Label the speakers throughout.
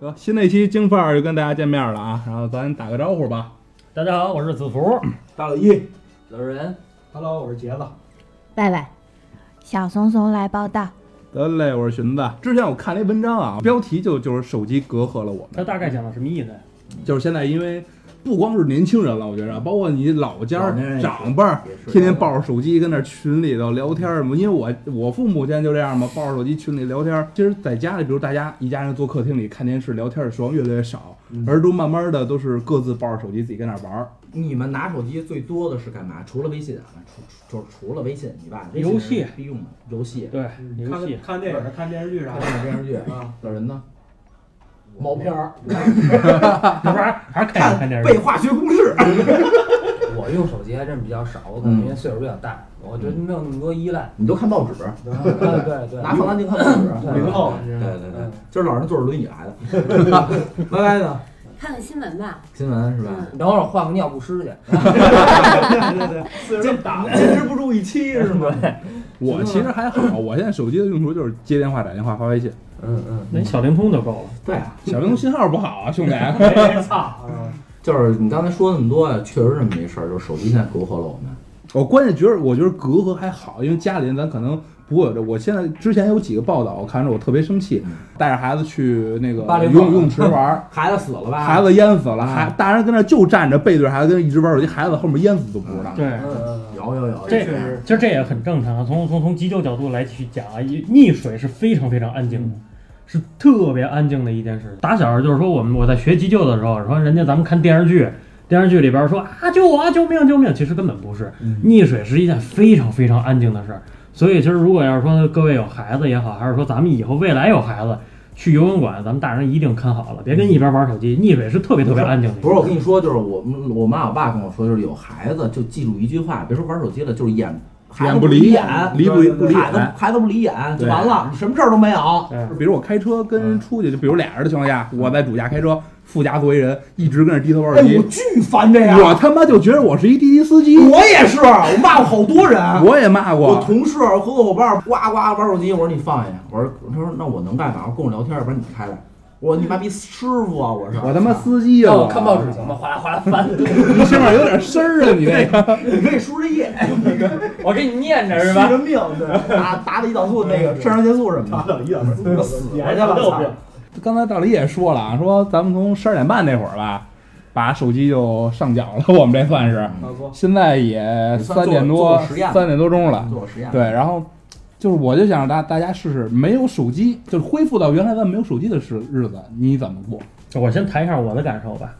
Speaker 1: 得新的一期京范儿就跟大家见面了啊，然后咱打个招呼吧。
Speaker 2: 大家好，我是子福。
Speaker 3: 大老一
Speaker 4: 老人，
Speaker 3: ，Hello，我是杰子。
Speaker 5: 拜拜。小怂怂来报道，
Speaker 1: 得嘞，我是荀子。之前我看了一文章啊，标题就就是手机隔阂了我
Speaker 2: 他
Speaker 1: 们，
Speaker 2: 大概讲的什么意思呀？
Speaker 1: 就是现在因为不光是年轻人了，我觉着，包括你老家
Speaker 4: 老年人
Speaker 1: 儿
Speaker 4: 也是
Speaker 1: 长辈儿
Speaker 4: 也是
Speaker 1: 天天抱着手机跟那儿群里头聊天儿嘛，因为我我父母现在就这样嘛，抱着手机群里聊天儿。其实在家里，比如大家一家人坐客厅里看电视聊天儿的时候越来越少，而都慢慢的都是各自抱着手机自己跟那儿玩儿。
Speaker 4: 你们拿手机最多的是干嘛？除了微信啊，除除除了微信，你爸微信
Speaker 2: 游戏
Speaker 4: 是必用的，游戏、
Speaker 2: 对，游戏
Speaker 3: 看看电影、看电视剧啥
Speaker 4: 看
Speaker 3: 的
Speaker 4: 电影、电视剧。
Speaker 3: 啊。
Speaker 4: 老人呢？毛片儿，
Speaker 2: 不是还还是看看电视
Speaker 4: 背
Speaker 2: 剧？
Speaker 4: 化学公式。嗯
Speaker 6: 我用手机还真比较少，我可能因为岁数比较大，我觉得没有那么多依赖。
Speaker 4: 你都看报纸，
Speaker 6: 啊对
Speaker 2: 嗯
Speaker 6: 对，
Speaker 4: 拿放大镜看报纸。
Speaker 3: 五零后，
Speaker 4: 对对对
Speaker 6: 嗯，
Speaker 4: 今儿老人坐着轮椅来的。拜拜呢，
Speaker 5: 看看新闻吧。
Speaker 4: 新闻是吧？
Speaker 6: 等会儿换个尿不湿去。
Speaker 3: 对对对，岁数大了，
Speaker 4: 坚持不住一期是吗？
Speaker 1: 我其实还好，我现在手机的用途就是接电话、打电话、发微信。
Speaker 6: 嗯嗯，
Speaker 2: 那小灵通就够了。
Speaker 4: 对啊，
Speaker 1: 小灵通信号不好啊，兄弟。
Speaker 3: 别操！
Speaker 4: 就是你刚才说那么多呀，确实是没事儿，就是手机现在隔阂了我们。
Speaker 1: 我关键觉得，我觉得隔阂还好，因为家里人咱可能不会有这。我现在之前有几个报道，我看着我特别生气
Speaker 4: 嗯，
Speaker 1: 带着孩子去那个
Speaker 4: 芭蕾
Speaker 1: 游
Speaker 4: 舞
Speaker 1: 泳游泳池玩儿，
Speaker 4: 孩子死了吧？
Speaker 1: 孩子淹死了，
Speaker 4: 啊
Speaker 1: 孩大人跟那就站着背对着孩子跟那一直玩手机，孩子后面淹死都不知道。
Speaker 2: 对，
Speaker 6: 嗯嗯嗯，
Speaker 4: 有有有，
Speaker 2: 这
Speaker 3: 确实
Speaker 2: 其实这也很正常啊。从从从急救角度来去讲啊，溺水是非常非常安静的。是特别安静的一件事。打小就是说，我们我在学急救的时候，说人家咱们看电视剧，电视剧里边说啊救我啊救命救命，其实根本不是。溺水是一件非常非常安静的事儿。所以其实如果要是说各位有孩子也好，还是说咱们以后未来有孩子去游泳馆，咱们大人一定看好了，别跟一边玩手机。溺水是特别特别安静的。
Speaker 4: 不是，我跟你说，就是我们我妈我爸跟我说，就是有孩子就记住一句话，别说玩手机了，就是眼孩子
Speaker 1: 眼不
Speaker 4: 离
Speaker 1: 离
Speaker 4: 眼，
Speaker 1: 离不
Speaker 3: 对对
Speaker 1: 不离
Speaker 4: 孩子
Speaker 1: 眼。
Speaker 4: 孩子不离眼就
Speaker 1: 对
Speaker 4: 完了，什么事儿都没有。
Speaker 2: 对
Speaker 1: 比如我开车跟出去，就比如俩人的情况下，我在主驾开车，副驾作为人一直跟那低头玩
Speaker 4: 哎
Speaker 1: 手，机
Speaker 4: 我，巨烦这样，
Speaker 1: 我他妈就觉得我是一滴滴司机，
Speaker 4: 我也是，我骂过好多人。
Speaker 1: 我也骂
Speaker 4: 我啊
Speaker 1: 过。
Speaker 4: 同事和我伙伴呱呱玩手机，我说你放下，我说他说那我能干嘛？我说跟我聊天，要不然你开来。我说你妈逼师傅啊！我是
Speaker 1: 我他妈司机啊！
Speaker 6: 让我看报纸行吗？哗啦哗啦翻，
Speaker 1: 你起码有点声儿啊！你这个
Speaker 4: 你可以输着夜，
Speaker 6: 我给你念着是
Speaker 3: 续
Speaker 6: 吧？
Speaker 3: 着命，对，
Speaker 4: 打打的胰岛素那个肾上腺素什么
Speaker 3: 大
Speaker 4: 的，
Speaker 3: 老一老死
Speaker 4: 我死
Speaker 3: 你
Speaker 4: 了
Speaker 3: 还
Speaker 4: 去
Speaker 3: 大
Speaker 4: 了，
Speaker 3: 豆
Speaker 4: 操
Speaker 3: 饼，
Speaker 1: 刚才大李也说了啊，说咱们从十二点半那会儿吧，把手机就上缴了，我们这算是
Speaker 3: 大哥，
Speaker 1: 现在也
Speaker 4: 你算做
Speaker 1: 三点多
Speaker 4: 做实验，了
Speaker 1: 三点多钟了。
Speaker 4: 做实验。
Speaker 1: 对，然后就是我就想让大大家试试，没有手机，就是恢复到原来咱们没有手机的时日子，你怎么过？
Speaker 2: 我先谈一下我的感受吧。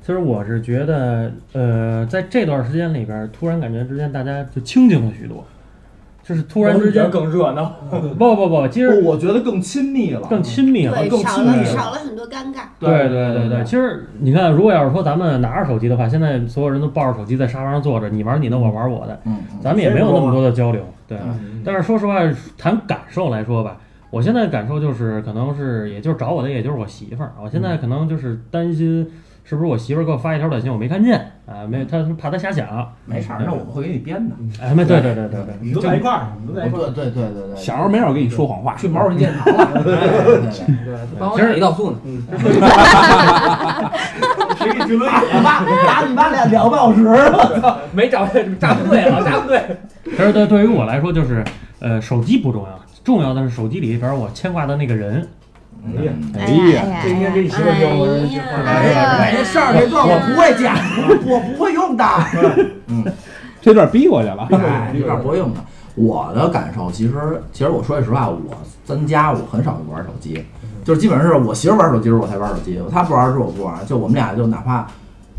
Speaker 2: 其实我是觉得，呃，在这段时间里边，突然感觉之间大家就清静了许多，就是突然之间，
Speaker 6: 更热闹。
Speaker 2: 不不不，其实
Speaker 4: 不我觉得更亲密了，
Speaker 2: 更亲密了。
Speaker 5: 对，
Speaker 4: 更
Speaker 5: 少
Speaker 4: 亲密
Speaker 5: 了
Speaker 4: 了
Speaker 5: 少了很多尴尬。
Speaker 2: 对对对对，其实你看，如果要是说咱们拿着手机的话，现在所有人都抱着手机在沙发上坐着，你玩你的，我玩我的，
Speaker 4: 嗯，
Speaker 2: 咱们也没有那么多的交流。对，啊
Speaker 4: 嗯
Speaker 2: 但是说实话，谈感受来说吧，我现在感受就是，可能是也就是找我的，也就是我媳妇儿。我现在可能就是担心，是不是我媳妇儿给我发一条短信我没看见啊？没，她怕她瞎想。
Speaker 4: 没事儿，那我们会给你编的。
Speaker 2: 哎，没，对对对对对，
Speaker 3: 你都在一块儿，你都在一 块儿，
Speaker 4: 对对对对对，
Speaker 1: 小时候没少跟你说谎话，
Speaker 4: 去毛主席纪念堂
Speaker 5: 哎
Speaker 4: 了。对对对对
Speaker 3: 嗯
Speaker 6: 帮我打胰岛素呢。
Speaker 3: 谁给你评论？
Speaker 4: 我爸打你妈脸两个半小时了，
Speaker 6: 没找扎不对了，扎不对。
Speaker 2: 但是对对于我来说，就是呃，手机不重要，重要的是手机里边我牵挂的那个人。
Speaker 3: 哎呀
Speaker 1: 哎
Speaker 5: 呀
Speaker 1: 呀，，
Speaker 5: 这应该
Speaker 6: 给你媳妇儿听我说这话
Speaker 5: 哎呀，
Speaker 4: 哎，这事儿这段我不会讲，我不会用的。
Speaker 1: 这段逼过去 了。
Speaker 4: 哎，这段不会用的。我的感受其实，其实我说句实话，我咱家我很少玩手机，
Speaker 1: 嗯
Speaker 4: 就是基本上是我媳妇玩手机的时候我才玩手机，她不玩的时候我不玩。就我们俩就哪怕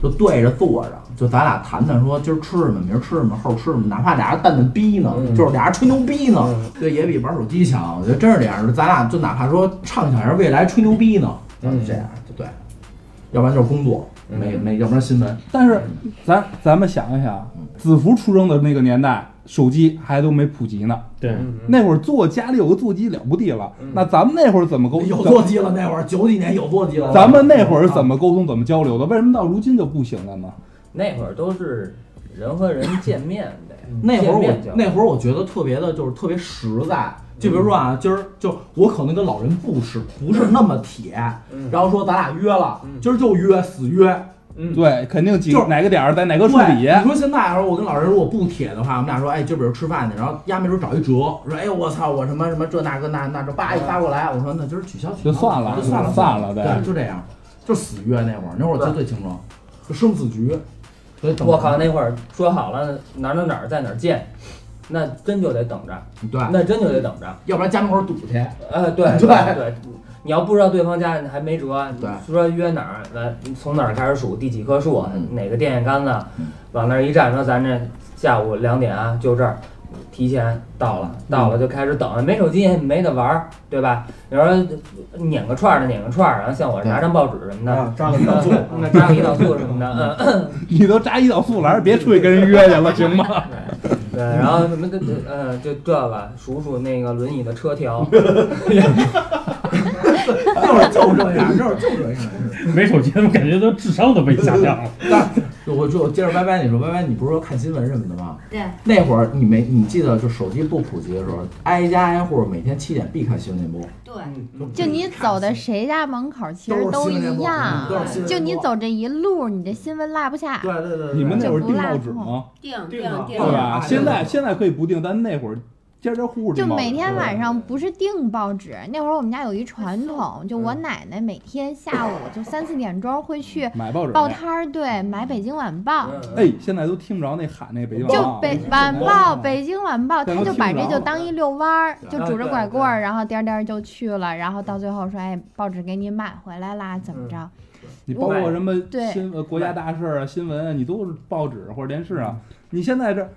Speaker 4: 就对着坐着，就咱俩谈谈说今儿吃什么，明儿吃什么，后儿吃什么，哪怕俩人蛋蛋逼呢，
Speaker 6: 嗯
Speaker 4: 就是俩人吹牛逼呢，
Speaker 1: 嗯
Speaker 4: 对，也比玩手机强。我觉得真是这样，咱俩就哪怕说畅想一下未来吹牛逼呢，就
Speaker 6: 嗯
Speaker 4: 这样就对，要不然就是工作，
Speaker 1: 嗯
Speaker 4: 没没，要不然新闻。
Speaker 1: 但是咱咱们想一想，子服出生的那个年代，手机还都没普及呢。
Speaker 2: 对，
Speaker 4: 嗯
Speaker 1: 那会儿坐家里有个座机了不地了，
Speaker 6: 嗯
Speaker 1: 那咱们那会儿怎么沟
Speaker 4: 有
Speaker 1: 通？
Speaker 4: 座机了那会儿，九几年有座机了。啊
Speaker 1: 咱们那会儿怎么沟通、怎么交流的？为什么到如今就不行了呢？
Speaker 6: 那会儿都是人和人见面的呀。
Speaker 4: 那会儿
Speaker 6: 见面交
Speaker 4: 我
Speaker 6: 流
Speaker 4: 那会儿我觉得特别的，就是特别实在，就比如说啊，
Speaker 6: 嗯
Speaker 4: 今儿就我可能跟老人不是不是那么铁，
Speaker 6: 嗯
Speaker 4: 然后说咱俩约了，
Speaker 6: 嗯
Speaker 4: 今儿就约死约。
Speaker 6: 嗯，
Speaker 1: 对，肯定几
Speaker 4: 就是
Speaker 1: 哪个点儿在哪个
Speaker 4: 对，
Speaker 1: 处理，
Speaker 4: 你说现在说我跟老人如果不铁的话，我们俩说，哎，今儿比如吃饭去，然后丫没准找一折，说，哎呦我操，我什么什么这那个那那这叭一发过来，我说那今儿取消取
Speaker 1: 就
Speaker 4: 消
Speaker 1: 算了
Speaker 4: 就算了
Speaker 1: 就算了
Speaker 4: 对，就这样，就死约那会儿，那会儿我记得最清楚，就生死局。所以等
Speaker 6: 我靠，那会儿说好了哪儿哪儿哪儿在哪儿见，那真就得等着，
Speaker 4: 对，
Speaker 6: 那真就得等着。
Speaker 4: 要不然家门口堵去，
Speaker 6: 呃，对
Speaker 4: 对
Speaker 6: 对，你要不知道对方家还没辙，
Speaker 4: 对
Speaker 6: 说约哪儿，来从哪儿开始数，第几棵树，
Speaker 4: 嗯
Speaker 6: 哪个电线杆子
Speaker 4: 嗯，
Speaker 6: 往那儿一站，说咱这下午两点啊，就这儿，提前到了，到了
Speaker 4: 嗯
Speaker 6: 就开始等，没手机没得玩儿，对吧？你说撵个串儿的撵个串儿，然后像我拿张报纸什么的，
Speaker 3: 啊，扎了一道醋，
Speaker 6: 那扎个胰岛素什 么的，嗯，
Speaker 1: 你都扎胰岛素了，还是别出去跟人约去了，行 吗？
Speaker 6: 嗯对，然后什么的，呃，就这个数数那个轮椅的车 条，
Speaker 4: 那会儿就啊这样，
Speaker 3: 啊
Speaker 4: 那会儿就这样。
Speaker 2: 没手机，我感觉都智商都被下降了。
Speaker 4: 我就接着歪歪，你说歪歪，你不是说看新闻什么的吗？
Speaker 5: 对，
Speaker 4: 那会儿你没，你记得就手机不普及的时候，挨家挨户每天七点必看新闻联播。
Speaker 5: 对，
Speaker 6: 嗯
Speaker 5: 就你走到谁家门口，其实
Speaker 4: 都是新闻联
Speaker 5: 一
Speaker 4: 播
Speaker 5: 样
Speaker 4: 嗯都是新闻联
Speaker 5: 就
Speaker 4: 播。
Speaker 5: 你走这一路，你这新闻落不下。
Speaker 4: 对对对对
Speaker 1: 你们那会儿
Speaker 5: 就
Speaker 1: 定
Speaker 5: 不落
Speaker 1: 报纸
Speaker 5: 空
Speaker 1: 吗？
Speaker 7: 定
Speaker 3: 定了
Speaker 1: 对
Speaker 5: 啊
Speaker 7: 定定，
Speaker 1: 啊吧？
Speaker 4: 对
Speaker 1: 现在
Speaker 4: 对
Speaker 1: 现在可以不定，但那会儿家家户户
Speaker 5: 就
Speaker 1: 订报纸
Speaker 5: 每天晚上不是订报纸，那会儿我们家有一传统，就我奶奶每天下午就三四点钟会去
Speaker 1: 买报纸
Speaker 5: 报
Speaker 1: 去。
Speaker 5: 摊儿，对，买《北京晚报》，
Speaker 6: 嗯
Speaker 1: 哎，现在都听不着那喊那北啊京
Speaker 5: 就
Speaker 1: 报
Speaker 5: 北
Speaker 1: 纸
Speaker 5: 晚报、北京晚报，
Speaker 1: 但
Speaker 5: 他
Speaker 1: 都
Speaker 5: 就把
Speaker 1: 听不
Speaker 5: 这
Speaker 1: 着
Speaker 5: 就当一遛弯儿，就
Speaker 6: 对
Speaker 5: 拄着
Speaker 6: 对
Speaker 5: 拐棍
Speaker 6: 对
Speaker 5: 儿，然后颠儿颠儿就去了，然后到最后说，哎，报纸给你买回来啦，怎么着？
Speaker 1: 你包括什么
Speaker 5: 对
Speaker 1: 新呃国家大事啊、新闻啊，你都是报纸或者电视啊。
Speaker 6: 嗯
Speaker 1: 你现在这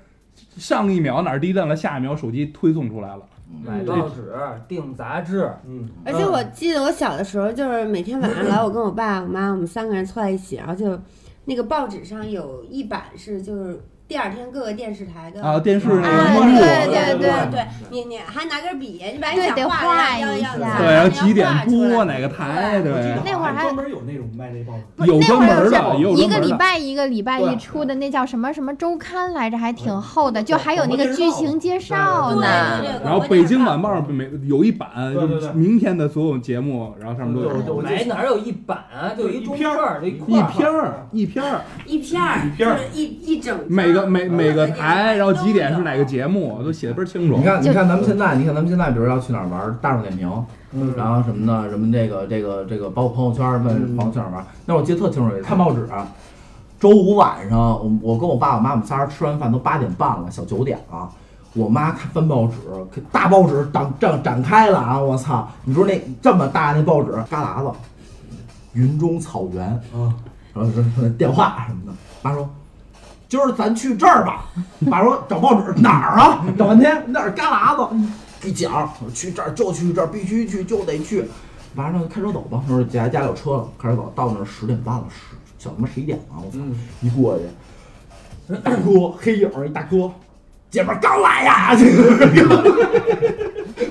Speaker 1: 上一秒哪儿地震了，下一秒手机推送出来了。
Speaker 6: 买报纸、订杂志，
Speaker 3: 嗯，
Speaker 7: 而且我记得我小的时候，就是每天晚上来，我跟我爸、我妈，我们三个人凑在一起，然后就那个报纸上有一版是就是第二天各个电视台的
Speaker 1: 啊，电视那个
Speaker 5: 啊
Speaker 1: 荧幕
Speaker 5: 对对
Speaker 7: 对
Speaker 5: 对
Speaker 7: 你你还拿根笔，你把你
Speaker 5: 对
Speaker 7: 想
Speaker 5: 得
Speaker 7: 画
Speaker 5: 画
Speaker 7: 的要
Speaker 5: 一
Speaker 7: 啊要
Speaker 5: 下
Speaker 1: 对，然后几点
Speaker 7: 要画出
Speaker 1: 播
Speaker 7: 来
Speaker 1: 哪个台，
Speaker 7: 对
Speaker 1: 对
Speaker 5: 那会儿还
Speaker 3: 专门有那种卖那报纸，
Speaker 5: 不是
Speaker 1: 有
Speaker 5: 那
Speaker 1: 专
Speaker 5: 会
Speaker 1: 门
Speaker 5: 儿
Speaker 1: 的
Speaker 5: 是
Speaker 1: 也有
Speaker 5: 一
Speaker 1: 专
Speaker 5: 个
Speaker 1: 门
Speaker 5: 礼
Speaker 1: 的
Speaker 5: 拜一个礼拜
Speaker 4: 对
Speaker 5: 一出的，那叫什么什么周刊来着，还挺厚的，就还有那个剧情介绍
Speaker 7: 对对
Speaker 5: 呢。
Speaker 7: 对，
Speaker 1: 然后
Speaker 7: 我
Speaker 1: 北
Speaker 7: 那
Speaker 1: 京
Speaker 7: 儿
Speaker 1: 晚报每有一版，
Speaker 3: 对
Speaker 1: 就
Speaker 3: 对
Speaker 1: 是
Speaker 3: 对
Speaker 1: 明天的所有节目，然后上面都有
Speaker 4: 对对对
Speaker 6: 买哪儿有一版啊，就一中
Speaker 3: 一篇
Speaker 6: 份
Speaker 3: 儿
Speaker 6: 儿，就
Speaker 1: 一
Speaker 6: 一块儿。
Speaker 1: 篇儿一篇儿，
Speaker 7: 一片儿，
Speaker 3: 一片儿
Speaker 7: 就是一一整张
Speaker 1: 每个每
Speaker 7: 嗯
Speaker 1: 每个
Speaker 7: 对对
Speaker 1: 台，
Speaker 7: 对
Speaker 1: 然后几点是哪个
Speaker 7: 都有
Speaker 1: 节目，都写的倍儿清楚
Speaker 4: 你。看，你
Speaker 5: 就
Speaker 4: 看咱们现在，你看咱们现在，比如要去哪儿玩儿，大众点评，
Speaker 6: 嗯
Speaker 4: 然后什么的，什么这个这个这个，包括朋友圈儿问
Speaker 3: 嗯
Speaker 4: 朋友去哪儿玩儿。那我记得特清楚，看报纸啊，周五晚上，我我跟我爸我妈我们仨人吃完饭都八点半了，小九点了、我妈看翻报纸，可大报纸展展展开了啊！我操，你说那这么大那报纸，旮旯子，云中草原
Speaker 3: 啊，
Speaker 4: 然后说说电话什么的。妈说，今儿咱去这儿吧。 妈说找报纸哪儿啊？找半天那儿旮旯子，一讲我说去这儿就去这儿，必须去就得去。晚上开车走吧，说家家里有车了，开车走到那儿十点半了，十小他妈十一点了，我操！
Speaker 6: 嗯，
Speaker 4: 一过去， 大哥黑影儿一大哥，姐们儿刚来呀， 这个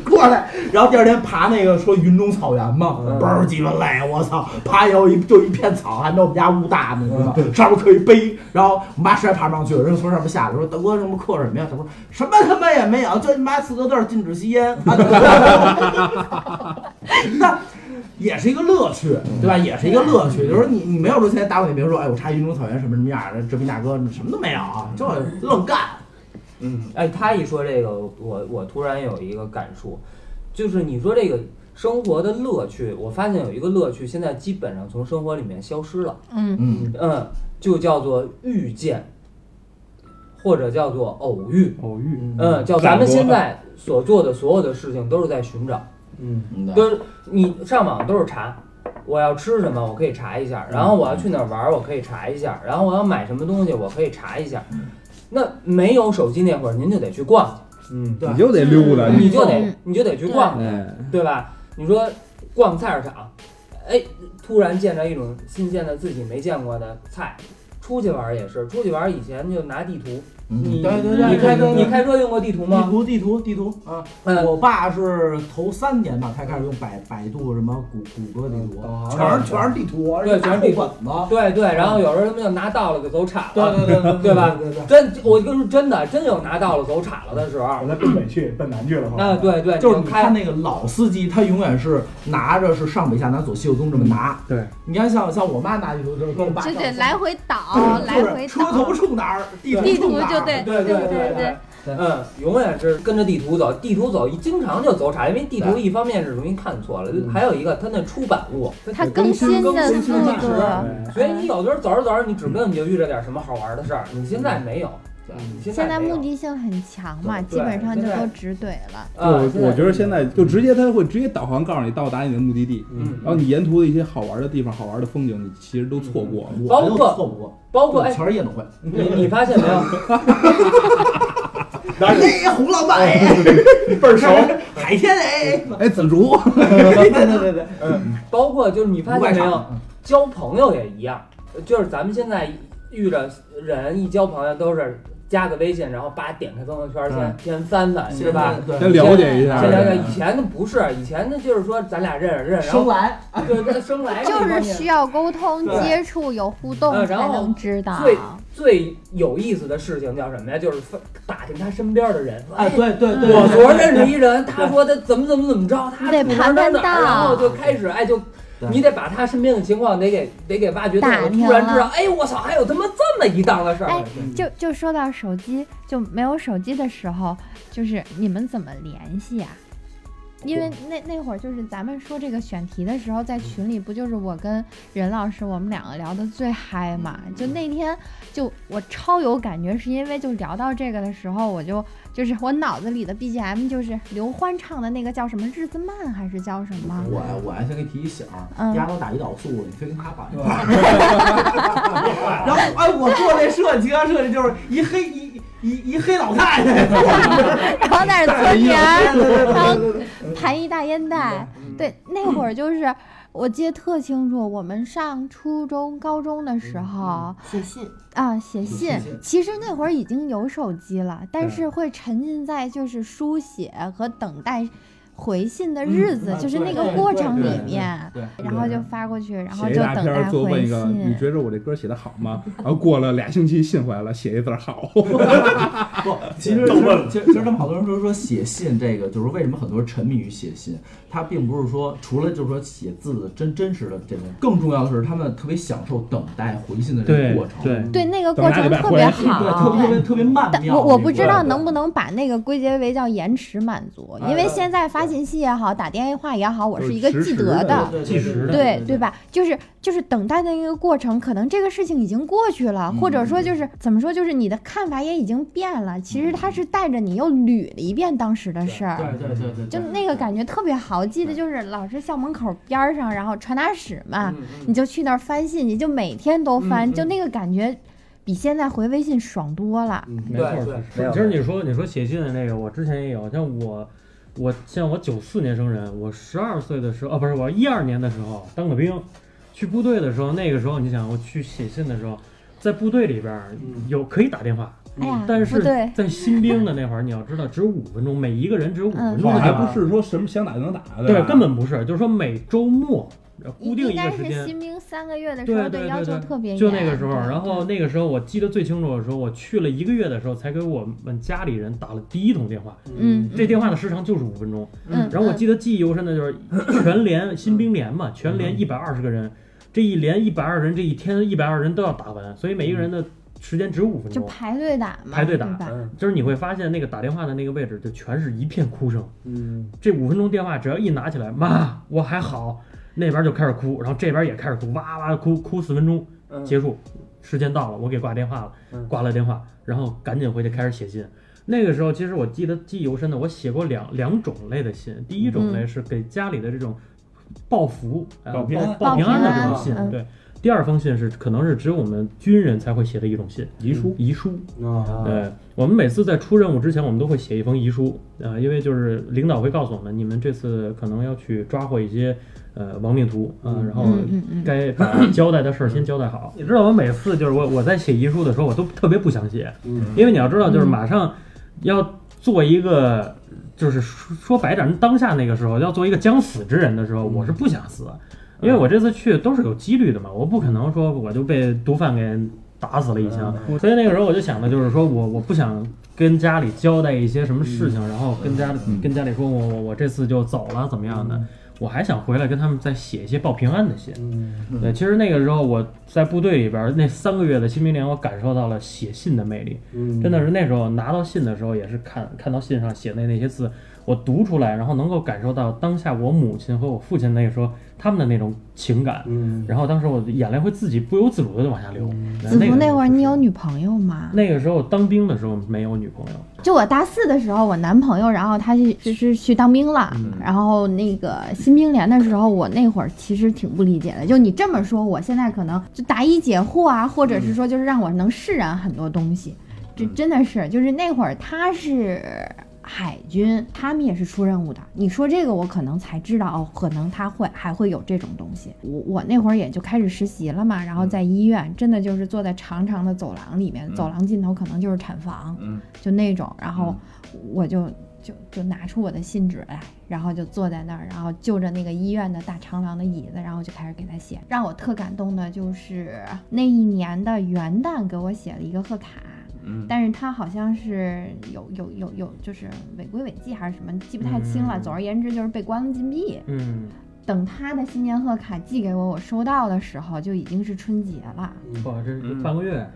Speaker 4: 过来，然后第二天爬那个说云中草原嘛，
Speaker 6: 嗯
Speaker 4: 倍儿鸡巴累，我操！爬以后一就一片草，还没我们家屋大呢，你知道吗？上面刻一碑，然后我妈实在爬不上去了，人家从上面下来说大哥什么刻什么呀？他说什么他妈也没有，就你妈四个字儿禁止吸 烟。那也是一个乐趣，对吧？也是一个乐趣，就是你你没有说现在打我那别说，哎，我查云中草原什么什么样儿，这斌大哥什么都没有啊，就愣干。
Speaker 6: 嗯，哎，他一说这个，我我突然有一个感触，就是你说这个生活的乐趣，我发现有一个乐趣，现在基本上从生活里面消失了，
Speaker 5: 嗯，
Speaker 4: 嗯，
Speaker 6: 嗯，就叫做遇见，或者叫做偶遇，
Speaker 2: 偶遇，
Speaker 6: 嗯，叫咱们现在所做的所有的事情都是在寻找，
Speaker 3: 嗯，
Speaker 4: 嗯，
Speaker 6: 都是你上网都是查，我要吃什么我可以查一下，然后
Speaker 4: 嗯
Speaker 6: 我要去哪儿玩儿我可以查一下，然后我要买什么东西我可以查一下。
Speaker 4: 嗯
Speaker 6: 那没有手机那会儿，您就得去逛去，
Speaker 3: 嗯，
Speaker 4: 对
Speaker 1: 你就得溜达，
Speaker 7: 嗯
Speaker 6: 你就得
Speaker 5: 嗯
Speaker 6: 你就得去逛去，
Speaker 1: 哎，
Speaker 6: 对吧？你说逛菜市场，哎，突然见着一种新鲜的自己没见过的菜，出去玩儿也是，出去玩儿以前就拿地图，
Speaker 4: 嗯，
Speaker 3: 你
Speaker 4: 对对对，
Speaker 6: 你
Speaker 4: 对
Speaker 6: 开车
Speaker 4: 对
Speaker 6: 你
Speaker 4: 对
Speaker 6: 开车用过地图
Speaker 4: 地
Speaker 6: 吗？
Speaker 4: 图地图地图啊！
Speaker 6: 嗯
Speaker 4: 我爸是头三年吧才开始用百百度什么谷谷歌地图，全是全是地图，而且
Speaker 6: 哦对全是地图
Speaker 4: 大厚本子。
Speaker 6: 对对，然后有时候他们就拿到了就走岔
Speaker 4: 对
Speaker 6: 了，
Speaker 4: 对对对
Speaker 6: 对吧
Speaker 4: 对对，
Speaker 6: 真我跟你说真的，真有拿到了走岔了的时候。
Speaker 3: 我在奔北去， 奔南去了。后来
Speaker 6: 啊，，对对，
Speaker 4: 哦就是
Speaker 6: 你
Speaker 4: 你
Speaker 6: 开
Speaker 4: 看那个老司机，他永远是拿着是上北下南左西右东这么拿。
Speaker 6: 嗯
Speaker 2: 对，
Speaker 4: 你看像像我妈拿地图就是跟我爸
Speaker 5: 就得
Speaker 4: 上山
Speaker 5: 来回倒，来
Speaker 4: 就是
Speaker 5: 回
Speaker 4: 车头
Speaker 5: 倒，
Speaker 4: 冲哪儿，地
Speaker 5: 地
Speaker 4: 图冲
Speaker 5: 图
Speaker 4: 哪儿。
Speaker 5: 就得对
Speaker 6: 对对
Speaker 5: 对
Speaker 6: 对
Speaker 5: 对，
Speaker 6: 嗯，永远是跟着地图走，地图走，经常就走岔，因为地图一方面是容易看错
Speaker 4: 嗯
Speaker 6: 了，还有一个它那出版物，
Speaker 5: 它
Speaker 6: 只
Speaker 5: 更新的
Speaker 6: 更
Speaker 5: 速
Speaker 6: 新慢
Speaker 5: 度。
Speaker 6: 所以你有的时候走着走着，你指不定你就遇着点什么好玩的事儿，你现在没有，对，你现
Speaker 5: 现
Speaker 6: 在
Speaker 5: 在
Speaker 6: 没有
Speaker 5: 目的性很强嘛，
Speaker 6: 对
Speaker 5: 基本上就
Speaker 6: 现在
Speaker 5: 都直怼了。
Speaker 6: 啊，
Speaker 1: 我我觉得
Speaker 6: 在
Speaker 1: 现在就直接他会直接导航告诉你到达你的目的地，
Speaker 6: 嗯
Speaker 1: 然后你沿途的一些好玩的地方、好玩的风景，你其实都错过了。
Speaker 4: 我就错不过，
Speaker 6: 包括哎，
Speaker 4: 全是夜总会。
Speaker 6: 你你发现没有？
Speaker 3: 哪有
Speaker 4: 哎，红老板哎，
Speaker 3: 倍儿熟？
Speaker 4: 海天哎，
Speaker 1: 哎，紫竹，
Speaker 4: 对对对对，
Speaker 6: 包括就是你发现没有，
Speaker 4: 有？
Speaker 6: 交朋友也一样，就是咱们现在遇着人一交朋友都是加个微信，然后叭点开朋友圈先
Speaker 4: 嗯
Speaker 6: 先翻翻，是
Speaker 4: 是
Speaker 6: 吧
Speaker 4: 吧？？
Speaker 1: 先 了解一下
Speaker 4: 先
Speaker 6: 这两个
Speaker 4: 了解
Speaker 6: 以前的不是，以前的就是说咱俩认识认识，然
Speaker 4: 生
Speaker 6: 后
Speaker 4: 来
Speaker 6: 对对生来这
Speaker 5: 就
Speaker 6: 方
Speaker 5: 是
Speaker 6: 面
Speaker 5: 需要沟通、
Speaker 6: 对
Speaker 5: 接触、有互
Speaker 6: 呃
Speaker 5: 动才
Speaker 6: 然后
Speaker 5: 能知道。
Speaker 6: 最最有意思的事情叫什么呀？就是分打听他身边的人。
Speaker 4: 哎，对对对，
Speaker 6: 我昨儿认识一人，他说他怎么怎么怎么着，他
Speaker 5: 得
Speaker 6: 住哪儿
Speaker 5: 盘
Speaker 6: 哪儿
Speaker 5: 盘
Speaker 6: 哪儿，
Speaker 5: 道
Speaker 6: 然后就开始哎就。
Speaker 4: 对
Speaker 6: 你得把他身边的情况得给得给挖掘透，
Speaker 5: 打听
Speaker 6: 突然知道
Speaker 5: 了，
Speaker 6: 哎，我操，还有他妈这么一档子事儿！
Speaker 5: 哎就就说到手机，就没有手机的时候，就是你们怎么联系啊？因为那那会儿就是咱们说这个选题的时候，在群里不就是我跟任老师我们两个聊的最嗨嘛？就那天就我超有感觉，是因为就聊到这个的时候，我就就是我脑子里的 BGM 就是刘欢唱的那个叫什么《日子慢》还是叫什么？
Speaker 4: 我我还先给提一醒，
Speaker 5: 嗯
Speaker 4: 丫头打胰岛素，你非跟他绑一块儿。然后哎，我做这设计，其他设计就是一黑一一一黑老太太，
Speaker 5: 然后那是搓泥儿，然后
Speaker 4: 对
Speaker 5: 盘一大烟袋。对，那会儿就是我记得特清楚，我们上初中、高中的时候
Speaker 7: 写信，
Speaker 5: 啊，写信
Speaker 4: 写信。
Speaker 5: 其实那会儿已经有手机了，但是会沉浸在就是书写和等待回信的日子，
Speaker 4: 嗯
Speaker 5: 就是
Speaker 4: 对
Speaker 5: 那个
Speaker 4: 对
Speaker 5: 过
Speaker 4: 对
Speaker 5: 程
Speaker 4: 对
Speaker 5: 里
Speaker 4: 对
Speaker 5: 面。
Speaker 4: 对
Speaker 5: 然后就发过去，然后
Speaker 1: 写一
Speaker 5: 就
Speaker 1: 大
Speaker 5: 等
Speaker 1: 篇儿，
Speaker 5: 待
Speaker 1: 最后问
Speaker 5: 回
Speaker 1: 一个，你
Speaker 5: 信。
Speaker 1: 觉着我这歌写的好吗？然后过了俩星期，信回来了，写一字儿 好。
Speaker 4: 不，其实
Speaker 3: 都问了
Speaker 4: 其实其实他们好多人都说写信这个，就是为什么很多人沉迷于写信，他并不是说除了就是说写字的真真实的这种，更重要的是他们特别享受等待回信的这个
Speaker 2: 对
Speaker 4: 过程，
Speaker 2: 对，
Speaker 5: 对那个
Speaker 1: 等
Speaker 5: 过
Speaker 1: 俩
Speaker 5: 程
Speaker 1: 礼拜
Speaker 5: 特
Speaker 1: 回
Speaker 5: 别
Speaker 1: 来
Speaker 4: 对，特
Speaker 5: 好，
Speaker 4: 别特别特别曼
Speaker 5: 但
Speaker 4: 妙。
Speaker 5: 我我不知道
Speaker 4: 对
Speaker 5: 能不能把那个归结为叫延迟满足，因为现在发信息也好，打电话也好，我
Speaker 1: 就是
Speaker 5: 一个
Speaker 1: 实
Speaker 5: 记
Speaker 1: 时
Speaker 5: 得
Speaker 1: 的
Speaker 5: 的，
Speaker 4: 对对对
Speaker 2: 计时的
Speaker 5: 对对？吧？就是就是等待的一个过程，可能这个事情已经过去了，或者说就是怎么说，就是你的看法也已经变了。其实他是带着你又捋了一遍当时的事
Speaker 4: 对
Speaker 5: 儿，
Speaker 4: 对对对对，
Speaker 5: 就那个感觉特别好。记得就是老师校门口边儿上，然后传达室
Speaker 6: 嗯
Speaker 5: 嘛，你就去那儿翻信，你就每天都翻，就那个感觉比现在回微信爽多了。
Speaker 2: 没
Speaker 6: 对
Speaker 2: 错儿
Speaker 6: 对
Speaker 2: 是
Speaker 6: 没有
Speaker 2: 其实你说你说写信的那个，我之前也有，像我我像我九四年生人，我十二岁的时候，啊不是我一二年的时候当个兵，去部队的时候，那个时候你想我去写信的时候，在部队里边儿有可以打电话，
Speaker 5: 哎呀，
Speaker 2: 嗯但
Speaker 5: 不
Speaker 2: 是
Speaker 5: 对，
Speaker 2: 在新兵的那会儿，你要知道只有五分钟，每一个人只有五分
Speaker 5: 嗯
Speaker 2: 钟的
Speaker 1: 还
Speaker 2: 电话，
Speaker 1: 不是说什么想打就能打的，啊
Speaker 2: 对，
Speaker 1: 吧
Speaker 2: 根本不是，就是说每周末呃固定
Speaker 5: 应
Speaker 2: 一
Speaker 5: 该
Speaker 2: 个时
Speaker 5: 是
Speaker 2: 间。
Speaker 5: 新兵三个月的时
Speaker 2: 对
Speaker 5: 候
Speaker 2: 对对
Speaker 5: 要求
Speaker 2: 对
Speaker 5: 特别严，
Speaker 2: 就那个时候，
Speaker 5: 对
Speaker 2: 然后那个时候我记得最清楚的时候，我去了一个月的时候，才给我们家里人打了第一通电话。
Speaker 5: 嗯
Speaker 2: 这电话的时长就是五分钟。
Speaker 5: 嗯，
Speaker 2: 然后我
Speaker 5: 嗯
Speaker 2: 记得记忆犹深的就是全连新兵连嘛，全连一百二十个人，这一连一百二人，这一天一百二人都要打完，所以每一个人的时间只有五分
Speaker 5: 嗯就
Speaker 2: 钟。
Speaker 5: 排队打嘛，
Speaker 2: 排队打
Speaker 5: 对吧
Speaker 2: 就是你会发现那个打电话的那个位置，就全是一片哭声。
Speaker 3: 嗯，
Speaker 2: 这五分钟电话只要一拿起来，妈，我还好，那边就开始哭，然后这边也开始哭，哇哇哭，哭四分钟，
Speaker 6: 嗯
Speaker 2: 结束，时间到了，我给挂电话了
Speaker 6: 嗯，
Speaker 2: 挂了电话，然后赶紧回去开始写信。那个时候，其实我记得记忆犹深的，我写过两两种类的信。第一
Speaker 5: 嗯
Speaker 2: 种类是给家里的这种报福、呃
Speaker 1: 报
Speaker 2: 报
Speaker 1: 平安
Speaker 2: 报平安的这种信，
Speaker 5: 报平安嗯
Speaker 2: 对。第二封信是可能是只有我们军人才会写的一种信，
Speaker 1: 遗书
Speaker 2: 遗书。
Speaker 3: 啊，
Speaker 2: 呃，我们每次在出任务之前，我们都会啊写一封遗书，呃，因为就是领导会告诉我们，你们这次可能要去抓获一些呃亡命徒啊，然后
Speaker 5: 嗯嗯嗯，
Speaker 2: 该把交代的事儿先交代好。你知道我每次就是我我在写遗书的时候，我都特别不想写，
Speaker 3: 嗯
Speaker 2: 因为你要知道，就是马上要做一个，就是说说白点儿，当下那个时候要做一个将死之人的时候，我是不想死，因为我这次去都是有几率的嘛，我不可能说我就被毒贩给打死了一枪，所以那个时候我就想的就是说我我不想跟家里交代一些什么事情，然后跟家里跟家里说我我我这次就走了怎么样的。我还想回来跟他们再写一些报平安的信。
Speaker 3: 嗯
Speaker 2: 对，其实那个时候我在部队里边儿那三个月的新兵连，我感受到了写信的魅力。
Speaker 3: 嗯
Speaker 2: 真的是那时候拿到信的时候，也是看看到信上写的那些字，我读出来，然后能够感受到当下我母亲和我父亲那个时候他们的那种情感，
Speaker 3: 嗯
Speaker 2: 然后当时我的眼泪会自己不由自主的就往下流。
Speaker 5: 子
Speaker 2: 那
Speaker 5: 福
Speaker 2: 个
Speaker 5: 那会儿
Speaker 2: 就是
Speaker 5: 你有女朋友吗？
Speaker 2: 那个时候当兵的时候没有女朋友，
Speaker 5: 就我大四的时候，我男朋友，然后他去就是去当兵了，然后那个新兵连的时候，我那会儿其实挺不理解的。就你这么说，我现在可能就答疑解惑啊，或者是说就是让我能释然很多东西。这真的是，就是那会儿他是海军，他们也是出任务的。你说这个，我可能才知道，哦，可能他会还会有这种东西。我我那会儿也就开始实习了嘛，然后在医院，真的就是坐在长长的走廊里面，
Speaker 4: 嗯
Speaker 5: 走廊尽头可能就是产房，
Speaker 4: 嗯
Speaker 5: 就那种，然
Speaker 2: 嗯
Speaker 5: 后我就。就就拿出我的信纸来，然后就坐在那儿，然后就着那个医院的大长廊的椅子，然后就开始给他写。让我特感动的就是那一年的元旦给我写了一个贺卡，
Speaker 4: 嗯
Speaker 5: 但是他好像是有有有有，就是违规违纪还是什么，记不太清了。
Speaker 2: 嗯
Speaker 5: 总而言之，就是被关了禁闭。
Speaker 2: 嗯，
Speaker 5: 等他的新年贺卡寄给我，我收到的时候就已经是春节了，
Speaker 2: 哇，这
Speaker 4: 嗯
Speaker 2: 半个月，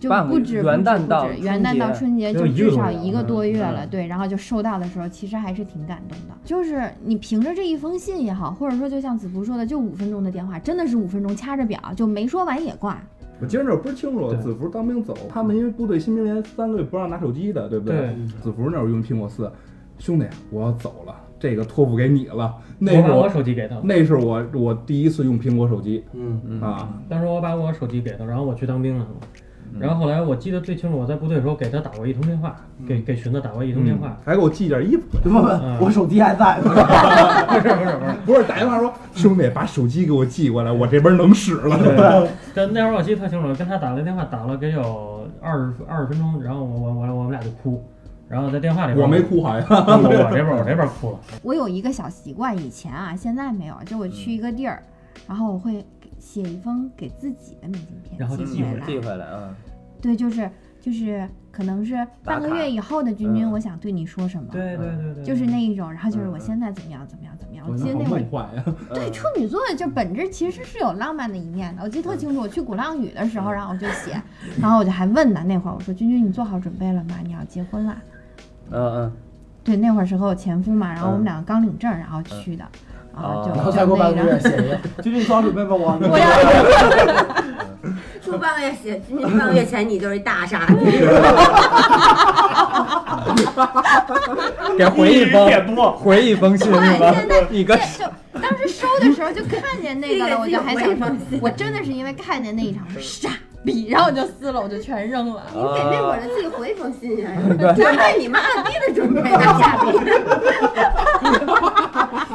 Speaker 5: 就
Speaker 6: 半个
Speaker 5: 不止
Speaker 6: 元旦
Speaker 5: 不止
Speaker 6: 到
Speaker 5: 不止
Speaker 6: 春
Speaker 5: 元旦到
Speaker 6: 节
Speaker 5: 春节
Speaker 2: 得
Speaker 5: 就
Speaker 2: 有一个
Speaker 5: 至
Speaker 2: 多
Speaker 5: 少
Speaker 2: 月了
Speaker 5: 一个多月了，
Speaker 2: 嗯
Speaker 5: 对。然后就收到的时候，其实还是挺感动的。就是你凭着这一封信也好，或者说就像子福说的，就五分钟的电话，真的是五分钟掐着表，就没说完也挂。
Speaker 1: 我今儿那会儿倍儿清楚，
Speaker 2: 对
Speaker 1: 子福当兵走，他们因为部队新兵连三个月不让拿手机的，对不
Speaker 2: 对，
Speaker 1: 子福那会儿用苹果四，兄弟，啊我要走了，这个托付给你了。那
Speaker 2: 我
Speaker 1: 是
Speaker 2: 把我
Speaker 1: 我，
Speaker 2: 手机给他了，
Speaker 1: 那是我我第一次用苹果手机
Speaker 3: 嗯
Speaker 1: 啊，
Speaker 2: 当时我把我手机给他，然后我去当兵了。
Speaker 4: 嗯
Speaker 2: 然后后来我记得最清楚，我在部队的时候给他打过一通电话，给给寻子打过一通电话，
Speaker 1: 嗯
Speaker 2: 啊
Speaker 1: 还给我寄点衣服。
Speaker 4: 问问我手机还在吗？
Speaker 2: 不是不是不是，
Speaker 1: 哎不是打电话说，兄弟，把手机给我寄过来，我这边能使了。
Speaker 2: 对，但那会儿我记得特清楚，跟他打了电话，打了得有二十二十分钟，然后我我我我们俩就哭，然后在电话里边
Speaker 1: 我没，哭，好 像。
Speaker 2: 我我这边我这边 哭了，嗯
Speaker 5: 我有一个小习惯，以前啊，现在没有，就我去一个地儿，然后我会给写一封给自己的明信片，
Speaker 2: 然后
Speaker 5: 寄
Speaker 2: 就
Speaker 5: 回
Speaker 2: 寄回
Speaker 5: 来
Speaker 6: 寄回来啊，
Speaker 5: 对，就是就是，可能是半个
Speaker 6: 打卡
Speaker 5: 月以后的君君，
Speaker 6: 嗯
Speaker 5: 我想对你说什么，
Speaker 2: 对对对对，
Speaker 5: 就是那一种，然后就是我
Speaker 6: 嗯嗯
Speaker 5: 现在怎么样怎么样怎么样。
Speaker 1: 我
Speaker 5: 我记得
Speaker 1: 好
Speaker 5: 那会
Speaker 1: 梦
Speaker 5: 儿，
Speaker 1: 幻
Speaker 4: 啊
Speaker 1: 呀！
Speaker 4: 嗯
Speaker 5: 对处女座就本质其实是有浪漫的一面的，我记得特清楚。我去鼓浪屿的时
Speaker 4: 嗯
Speaker 5: 候，然后我就写，然后我就还问呢，那会儿我说君君，你做好准备了吗？你要结婚了。
Speaker 6: 嗯
Speaker 5: 对，那会儿是和我前夫嘛，然后我们
Speaker 6: 嗯
Speaker 5: 两个刚领证，然后去的，啊，
Speaker 6: 哦
Speaker 5: 就
Speaker 4: 嗯然后再过
Speaker 5: 就那
Speaker 4: 半个月
Speaker 5: 个，
Speaker 4: 写一 个，最近做好准备吧，我
Speaker 5: 我要
Speaker 7: 住半个月写，今年半个月前你就是一大傻逼。
Speaker 6: 给回一封，
Speaker 3: 多，
Speaker 6: 回一封信是 吧？一个
Speaker 5: 这就当时收的时候就看见那个了，我就还想说
Speaker 7: 这个这个，
Speaker 5: 我真的是因为看见那一场傻逼， 然后我就撕了，我就全扔了。
Speaker 7: 你给那会儿的自己回一封信 呀，加快你妈按逼的准备呢，傻 逼。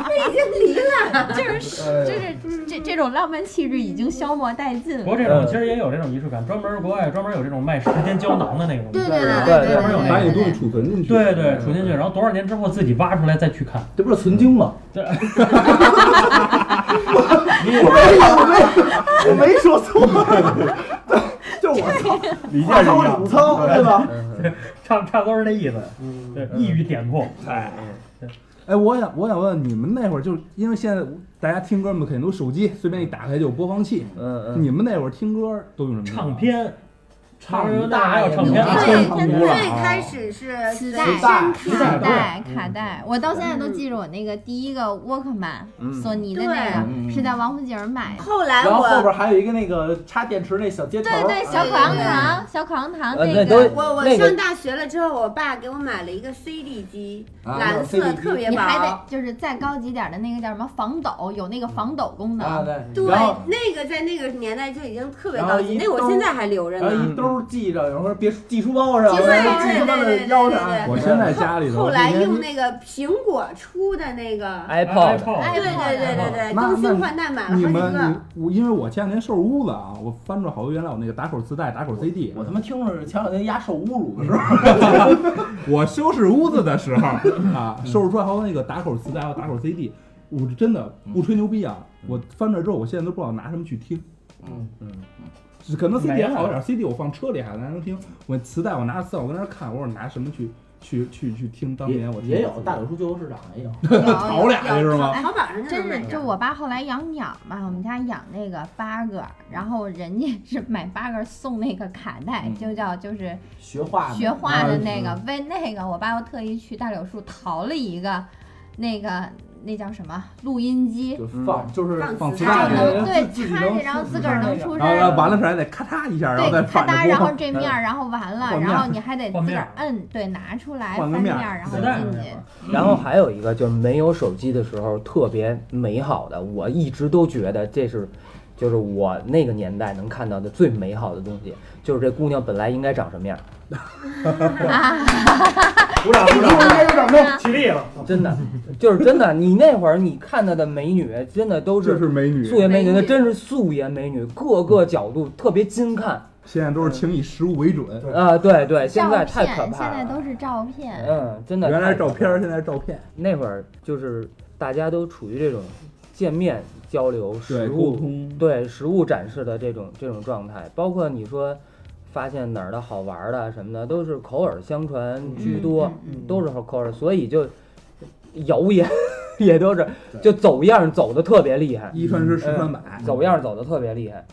Speaker 7: 这已经离了，
Speaker 5: 就是就是这这种浪漫气质已经消磨殆尽
Speaker 2: 不
Speaker 5: 了。
Speaker 2: 过这种其实也有这种仪式感，专门国外专门有这种卖时间胶囊的那种，
Speaker 5: 对对
Speaker 6: 对
Speaker 5: 对
Speaker 6: 对
Speaker 5: 对
Speaker 1: 把你
Speaker 5: 对
Speaker 1: 东西
Speaker 5: 对。
Speaker 1: 储存进去。
Speaker 2: 对对，储进去，然后多少年之后自己挖出来再去看，
Speaker 4: 这不是存经吗？
Speaker 2: 对，
Speaker 4: 我没我没我没说错，就是我操，
Speaker 3: 李
Speaker 4: 话
Speaker 3: 健是一
Speaker 4: 糙理
Speaker 3: 样
Speaker 4: 不糙，对吧？
Speaker 2: 差差不多是那意思，
Speaker 3: 嗯
Speaker 2: 对，一语点破，
Speaker 3: 哎，
Speaker 1: 哎，我想我想问你们那会儿，就是因为现在大家听歌嘛，肯定都手机随便一打开就有播放器。
Speaker 6: 嗯嗯，
Speaker 1: 你们那会儿听歌都用什么？
Speaker 2: 唱。片，
Speaker 4: 唱
Speaker 2: 那还有唱片，
Speaker 7: 最
Speaker 1: 唱片
Speaker 7: 最开始是
Speaker 5: 磁
Speaker 7: 磁
Speaker 5: 带
Speaker 7: 啊
Speaker 4: 磁
Speaker 5: 卡
Speaker 4: 带
Speaker 5: 带卡带，我到现在都记着我那个第一个 Walkman，索尼的那个
Speaker 4: 对
Speaker 5: 是在王府井买的。
Speaker 7: 后来
Speaker 4: 然后后
Speaker 7: 我
Speaker 4: 边还有一个那个插电池那小接头，
Speaker 5: 对对，小口
Speaker 7: 对
Speaker 5: 香
Speaker 7: 对
Speaker 5: 糖，小口香糖
Speaker 6: 呃
Speaker 5: 那
Speaker 6: 那都
Speaker 5: 个，
Speaker 7: 我
Speaker 6: 那
Speaker 7: 我
Speaker 6: 个
Speaker 7: 上大学了之后，我爸给我买了一个 CD 机，
Speaker 4: 啊
Speaker 7: 蓝色
Speaker 4: CD
Speaker 7: 特别
Speaker 5: 你还
Speaker 7: 薄
Speaker 5: 得。就是再高级点的那个叫什么防抖，有那个防抖功
Speaker 4: 啊
Speaker 5: 能。
Speaker 4: 对，
Speaker 7: 对
Speaker 4: 然后，
Speaker 7: 那个在那个年代就已经特别
Speaker 4: 然后
Speaker 7: 高级，
Speaker 4: 一
Speaker 7: 那个我
Speaker 4: 兜
Speaker 7: 现在还留着
Speaker 4: 啊然后
Speaker 7: 呢。
Speaker 4: 一兜
Speaker 8: 书系着，然后别系书包上，
Speaker 7: 对对
Speaker 8: 然后系
Speaker 7: 对
Speaker 8: 他妈的
Speaker 7: 对
Speaker 8: 腰
Speaker 7: 对
Speaker 8: 上。
Speaker 7: 对
Speaker 1: 我现 在家里头，
Speaker 7: 后来
Speaker 1: 我每天
Speaker 7: 用那个苹果出的那个，
Speaker 4: 哎
Speaker 6: iPod
Speaker 7: 对哎对对对对，
Speaker 1: 那
Speaker 7: 更新换代买了
Speaker 1: 你
Speaker 7: 好几
Speaker 1: 们
Speaker 7: 个。
Speaker 1: 你我因为我前两天收拾屋子啊，我翻出好多原来我那个打口磁带、打口
Speaker 2: 嗯
Speaker 1: CD。
Speaker 4: 我他妈听着前两天丫受侮辱的哎时候，
Speaker 1: 我收拾屋子的时候啊，收拾出来好多那个打口磁带还有打口 CD，我是真的不吹牛逼啊，我翻出来之后，我现在都不知道拿什么去听。
Speaker 8: 嗯
Speaker 1: 嗯嗯，可能 CD 还好一点，CD 我放车里还能听，我磁带我拿磁带我在那儿看，我说拿什么去去去去听当年我听
Speaker 4: 也有大柳树旧货市场 也有，
Speaker 1: 淘俩
Speaker 7: 哎
Speaker 1: 去是吗？
Speaker 7: 淘宝上就
Speaker 5: 真
Speaker 7: 能买
Speaker 5: 是，就我爸后来养鸟嘛，我们家养那个八哥，然后人家是买八哥送那个卡带，
Speaker 1: 嗯
Speaker 5: 就叫就是
Speaker 4: 学画的
Speaker 5: 学画的那个，为那个我爸又特意去大柳树淘了一个，那个那叫什么录音机，
Speaker 4: 就放就是
Speaker 1: 放
Speaker 7: 放
Speaker 1: 磁
Speaker 7: 磁
Speaker 1: 带
Speaker 5: 就
Speaker 7: 带
Speaker 1: 嗯
Speaker 7: 的。
Speaker 5: 能对
Speaker 4: 自己
Speaker 5: 插
Speaker 4: 能
Speaker 5: 着，然后自个儿能出
Speaker 1: 然
Speaker 5: 声
Speaker 1: 后然后
Speaker 5: 儿。
Speaker 1: 完了事儿还得咔嚓一下，然后再
Speaker 5: 对，咔
Speaker 1: 反着播
Speaker 5: 嗒，然后这面儿，然后完了，
Speaker 1: 换面
Speaker 5: 然后你还得自
Speaker 2: 换
Speaker 5: 个
Speaker 2: 面
Speaker 5: 儿摁，对，拿出来
Speaker 1: 换个
Speaker 5: 翻
Speaker 1: 面
Speaker 5: 面
Speaker 1: 儿
Speaker 5: 儿，然后
Speaker 2: 磁带上
Speaker 5: 进
Speaker 2: 那
Speaker 5: 去
Speaker 2: 会。儿
Speaker 6: 然后还有一个就是没有手机的时候特别美好的，我一直都觉得这是，就是我那个年代能看到的最美好的东西，就是这姑娘本来应该长什么样，
Speaker 4: 鼓掌鼓掌。
Speaker 3: 起立了，
Speaker 1: 哦
Speaker 6: 真 的，就是真的，你那会儿你看到的美女，真的都
Speaker 1: 这
Speaker 6: 是
Speaker 1: 是美女，
Speaker 6: 素颜美女，
Speaker 7: 美女
Speaker 6: 那真是素颜美女，各个角度特别精看
Speaker 1: 现在都是请以实物为准。
Speaker 6: 啊、对对，
Speaker 5: 照
Speaker 6: 现在太
Speaker 5: 片，
Speaker 6: 可怕
Speaker 5: 现
Speaker 6: 了，
Speaker 5: 在都是照片。
Speaker 6: 嗯，真的，
Speaker 1: 原来是照片儿，现在是照片，
Speaker 6: 那会儿就是大家都处于这种见面交流、
Speaker 1: 对
Speaker 6: 实
Speaker 1: 沟
Speaker 6: 物
Speaker 1: 通，
Speaker 6: 对实物展示的这种这种状态，包括你说发现哪儿的好玩儿的什么的，都是口耳相
Speaker 5: 嗯
Speaker 6: 传居多，都是口耳，所以就谣言也都是就走样儿走的特别厉害，
Speaker 1: 一传十，十传百，
Speaker 6: 走样儿走的特别厉害。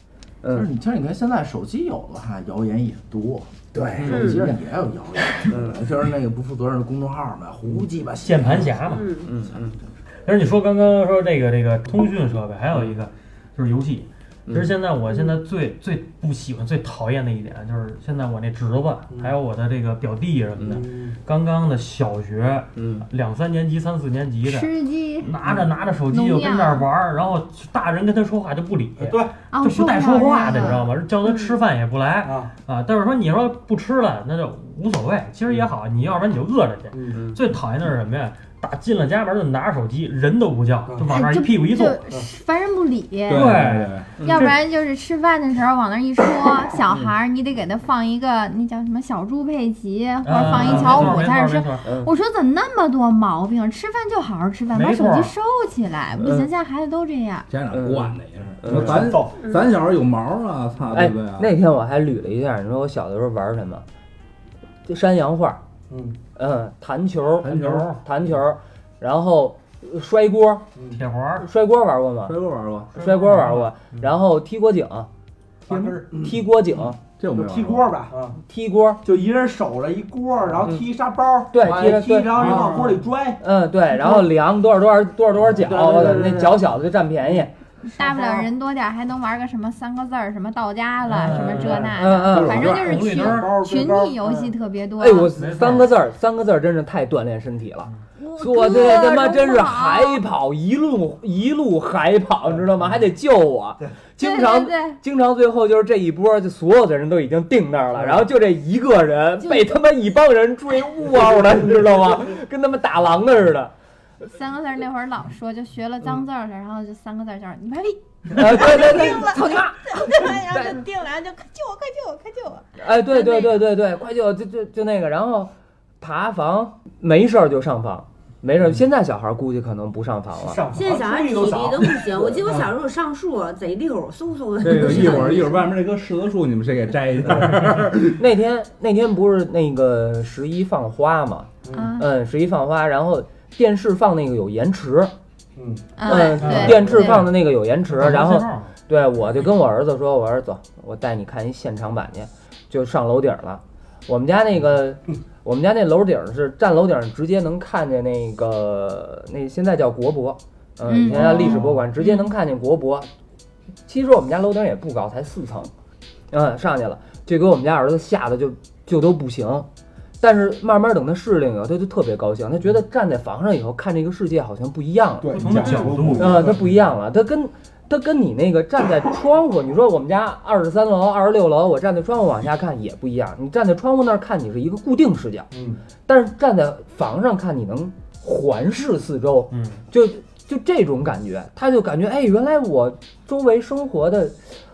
Speaker 4: 其实
Speaker 6: 嗯，
Speaker 4: 你，其实你看现在手机有了哈，谣言也多。对，手机上也有谣言，就是那个不负责任的公众号嘛，胡鸡巴
Speaker 2: 嗯
Speaker 4: 写
Speaker 2: 键盘侠嘛。
Speaker 7: 嗯，
Speaker 6: 嗯嗯，
Speaker 2: 但是你说刚刚说这个这个通讯设备，还有一个就是游戏。其实现在我现在最最不喜欢、最讨厌的一点就是，现在我那侄子还有我的这个表弟什
Speaker 3: 嗯
Speaker 2: 么的，刚刚的小学，
Speaker 6: 嗯，
Speaker 2: 两三年级、三四年级的，
Speaker 5: 吃鸡
Speaker 2: 拿着拿着手机就跟那儿玩儿，然后大人跟他说话就不理，
Speaker 3: 呃
Speaker 8: 对
Speaker 5: 啊，
Speaker 2: 就不带说话的，你知道
Speaker 5: 吗？
Speaker 2: 吗？叫他吃饭也不来
Speaker 8: 啊，
Speaker 2: 啊。但是说你说不吃了，那就无所谓，其实也好，你要不然你就饿着去。
Speaker 8: 嗯
Speaker 2: 最讨厌的是什么呀？打进了家门就拿着手机，人都不叫，就往那儿一屁股一坐，嗯
Speaker 5: 就烦人不理。
Speaker 1: 对对
Speaker 5: 要不然就是吃饭的时候往那儿一说， 小
Speaker 2: 嗯
Speaker 5: 孩儿你得给他放一个那叫什么小猪佩奇，或者呃放一乔
Speaker 2: 啊
Speaker 5: 五，
Speaker 2: 没错
Speaker 5: 他
Speaker 2: 没
Speaker 5: 是
Speaker 2: 错
Speaker 5: 吃。
Speaker 2: 没错
Speaker 5: 我说怎么那么多毛病？吃饭就好好吃饭，把
Speaker 2: 没
Speaker 5: 手
Speaker 2: 错嗯
Speaker 5: 机收起来，不行，现在孩子都这样。
Speaker 1: 家长惯的也是。
Speaker 6: 嗯
Speaker 1: 说呃咱
Speaker 8: 走
Speaker 1: 咱小时候有毛啊，操，对
Speaker 6: 哎
Speaker 1: 不对啊，？
Speaker 6: 那天我还捋了一下，你说我小的时候玩儿什么？这山羊画，
Speaker 8: 嗯，
Speaker 6: 嗯，弹球，嗯
Speaker 1: 弹球
Speaker 6: 弹球，然后呃摔锅，
Speaker 2: 铁环儿，
Speaker 6: 摔锅玩过吗？
Speaker 1: 摔锅嗯玩过，
Speaker 6: 摔锅玩过，然后踢锅井，
Speaker 8: 八根儿
Speaker 6: 踢锅井，
Speaker 1: 这我
Speaker 8: 就
Speaker 1: 没玩过
Speaker 8: 踢锅吧，
Speaker 3: 啊，
Speaker 6: 踢锅，
Speaker 8: 就一人守着一锅，然后踢一沙包，
Speaker 6: 对
Speaker 3: 哎
Speaker 8: 往
Speaker 6: 踢
Speaker 8: 下
Speaker 6: 着
Speaker 8: 踢，
Speaker 6: 对
Speaker 8: 然后人往锅里拽，
Speaker 6: 嗯，对，然后量多少多少多少多少角，
Speaker 8: 对对对对对
Speaker 6: 那脚小的就占便宜，
Speaker 5: 大不了人多点儿，还能玩个什么三个字儿，什么到家了，
Speaker 2: 嗯
Speaker 5: 什么这那
Speaker 6: 嗯
Speaker 5: 的，
Speaker 6: 嗯
Speaker 5: 反正就是
Speaker 2: 红绿
Speaker 5: 群
Speaker 2: 灯嗯
Speaker 8: 包
Speaker 5: 群
Speaker 8: 包
Speaker 5: 体游戏特别多。
Speaker 6: 哎，我
Speaker 2: 没错
Speaker 6: 三个字儿，三个字儿真是太锻炼身体了，我
Speaker 5: 我
Speaker 6: 这他妈真是
Speaker 5: 海
Speaker 6: 海跑，一路一路海跑，你知道吗？还得救我，经常
Speaker 5: 对对对
Speaker 6: 经常最后就是这一波，就所有的人都已经定那儿了，然后就这一个人
Speaker 5: 就
Speaker 6: 被他妈一帮人追，呜嗷的，你知道吗？跟他们打狼的似的。
Speaker 5: 三个字儿那会儿老说，就学了
Speaker 6: 嗯
Speaker 5: 脏字儿了，然后就三个字儿叫你妈 逼，
Speaker 6: 啊，对对对，操 你妈！
Speaker 5: 然后就定了，然后就快救我，快救我，快救我！
Speaker 6: 哎，对对对对对，快就就就就那个，然后爬房没事儿就上房，没事儿。现在小孩儿估计可能不上房了。
Speaker 8: 上
Speaker 7: 现在小孩体力
Speaker 8: 少
Speaker 7: 都。嗯不行，我记得我小时候上树啊贼溜，嗖嗖的。
Speaker 1: 这个一会儿一会儿外面那棵柿子树，你们谁给摘一下？
Speaker 6: 那天那天不是那个十一放花嘛？
Speaker 5: 啊，
Speaker 6: 嗯，十一放花，然后电视放那个有延迟，
Speaker 8: 嗯，
Speaker 5: 啊
Speaker 6: 嗯，
Speaker 5: 对，
Speaker 6: 电视放的那个有延迟，然后
Speaker 2: 信号
Speaker 6: 对我就跟我儿子说，我儿子走，我带你看一现场版去，就上楼顶了。我们家那个，我们家那楼顶是站楼顶，直接能看见那个那现在叫国博，嗯，
Speaker 5: 嗯
Speaker 6: 以前叫历史博物馆，直接能看见国博。其实我们家楼顶也不高，才四层，嗯，上去了就给我们家儿子吓得就就都不行。但是慢慢等他适应以后，他就特别高兴，他觉得站在房上以后看这个世界好像不一样了。
Speaker 8: 对，
Speaker 2: 不同的角度
Speaker 6: 啊，它不一样了，它跟它跟你那个站在窗户，你说我们家二十三楼、二十六楼，我站在窗户往下看也不一样。你站在窗户那儿看，你是一个固定视角，
Speaker 2: 嗯，
Speaker 6: 但是站在房上看，你能环视四周，
Speaker 2: 嗯，
Speaker 6: 就就这种感觉，他就感觉哎，原来我周围生活的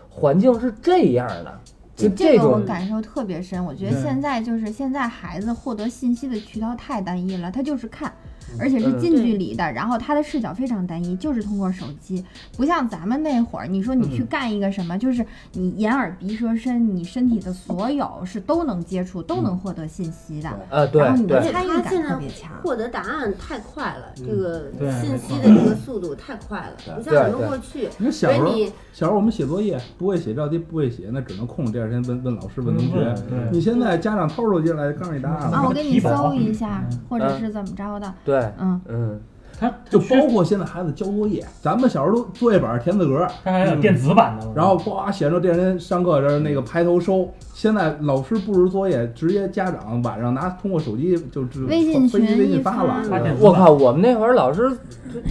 Speaker 6: 环境是这样的，就
Speaker 5: 这个我
Speaker 6: 种，
Speaker 5: 感受特别深，我觉得现在就是现在孩子获得信息的渠道太单一了，他就是看，
Speaker 6: 嗯
Speaker 5: 而且是近距离的，然后他的视角非常单一，就是通过手机，不像咱们那会儿，你说
Speaker 6: 嗯
Speaker 5: 你去干一个什么，就是你眼耳鼻舌身，你身体的所有是都能接触，都能获得信息的，
Speaker 6: 呃，嗯对
Speaker 5: 然后你的
Speaker 6: 对，
Speaker 5: 参与
Speaker 7: 而且他
Speaker 5: 感
Speaker 7: 现在
Speaker 5: 特别强。
Speaker 7: 获得答案太快了，
Speaker 1: 嗯
Speaker 7: 这个
Speaker 8: 对
Speaker 7: 信息的这个速度太快了。不像
Speaker 6: 对
Speaker 7: 我们
Speaker 6: 对
Speaker 7: 过去，
Speaker 1: 你说小
Speaker 7: 所以
Speaker 1: 时候，
Speaker 7: 你
Speaker 1: 小时候我们写作业不会写，着急不会写，那只能空第二天问问老师问同学。
Speaker 2: 对
Speaker 1: 你现在家长掏手机来告诉你答案
Speaker 5: 啊，
Speaker 1: 了，
Speaker 5: 我给你
Speaker 2: 把它提
Speaker 5: 搜
Speaker 2: 薄
Speaker 5: 一下，或者
Speaker 6: 嗯
Speaker 5: 是怎么着的，
Speaker 6: 对，
Speaker 5: 嗯，
Speaker 6: 嗯，
Speaker 2: 它
Speaker 1: 就
Speaker 2: 包
Speaker 1: 包括现在孩子交作业，咱们小时候都作业本填字格，
Speaker 2: 它还有电子版的了，
Speaker 1: 然后呱写着第二天上课这那个排头收。现在老师布置作业，直接家长晚上拿通过手机就知
Speaker 5: 微信群
Speaker 1: 微
Speaker 5: 一
Speaker 1: 信发了
Speaker 2: 发电子版
Speaker 6: 我靠，我们那会儿老师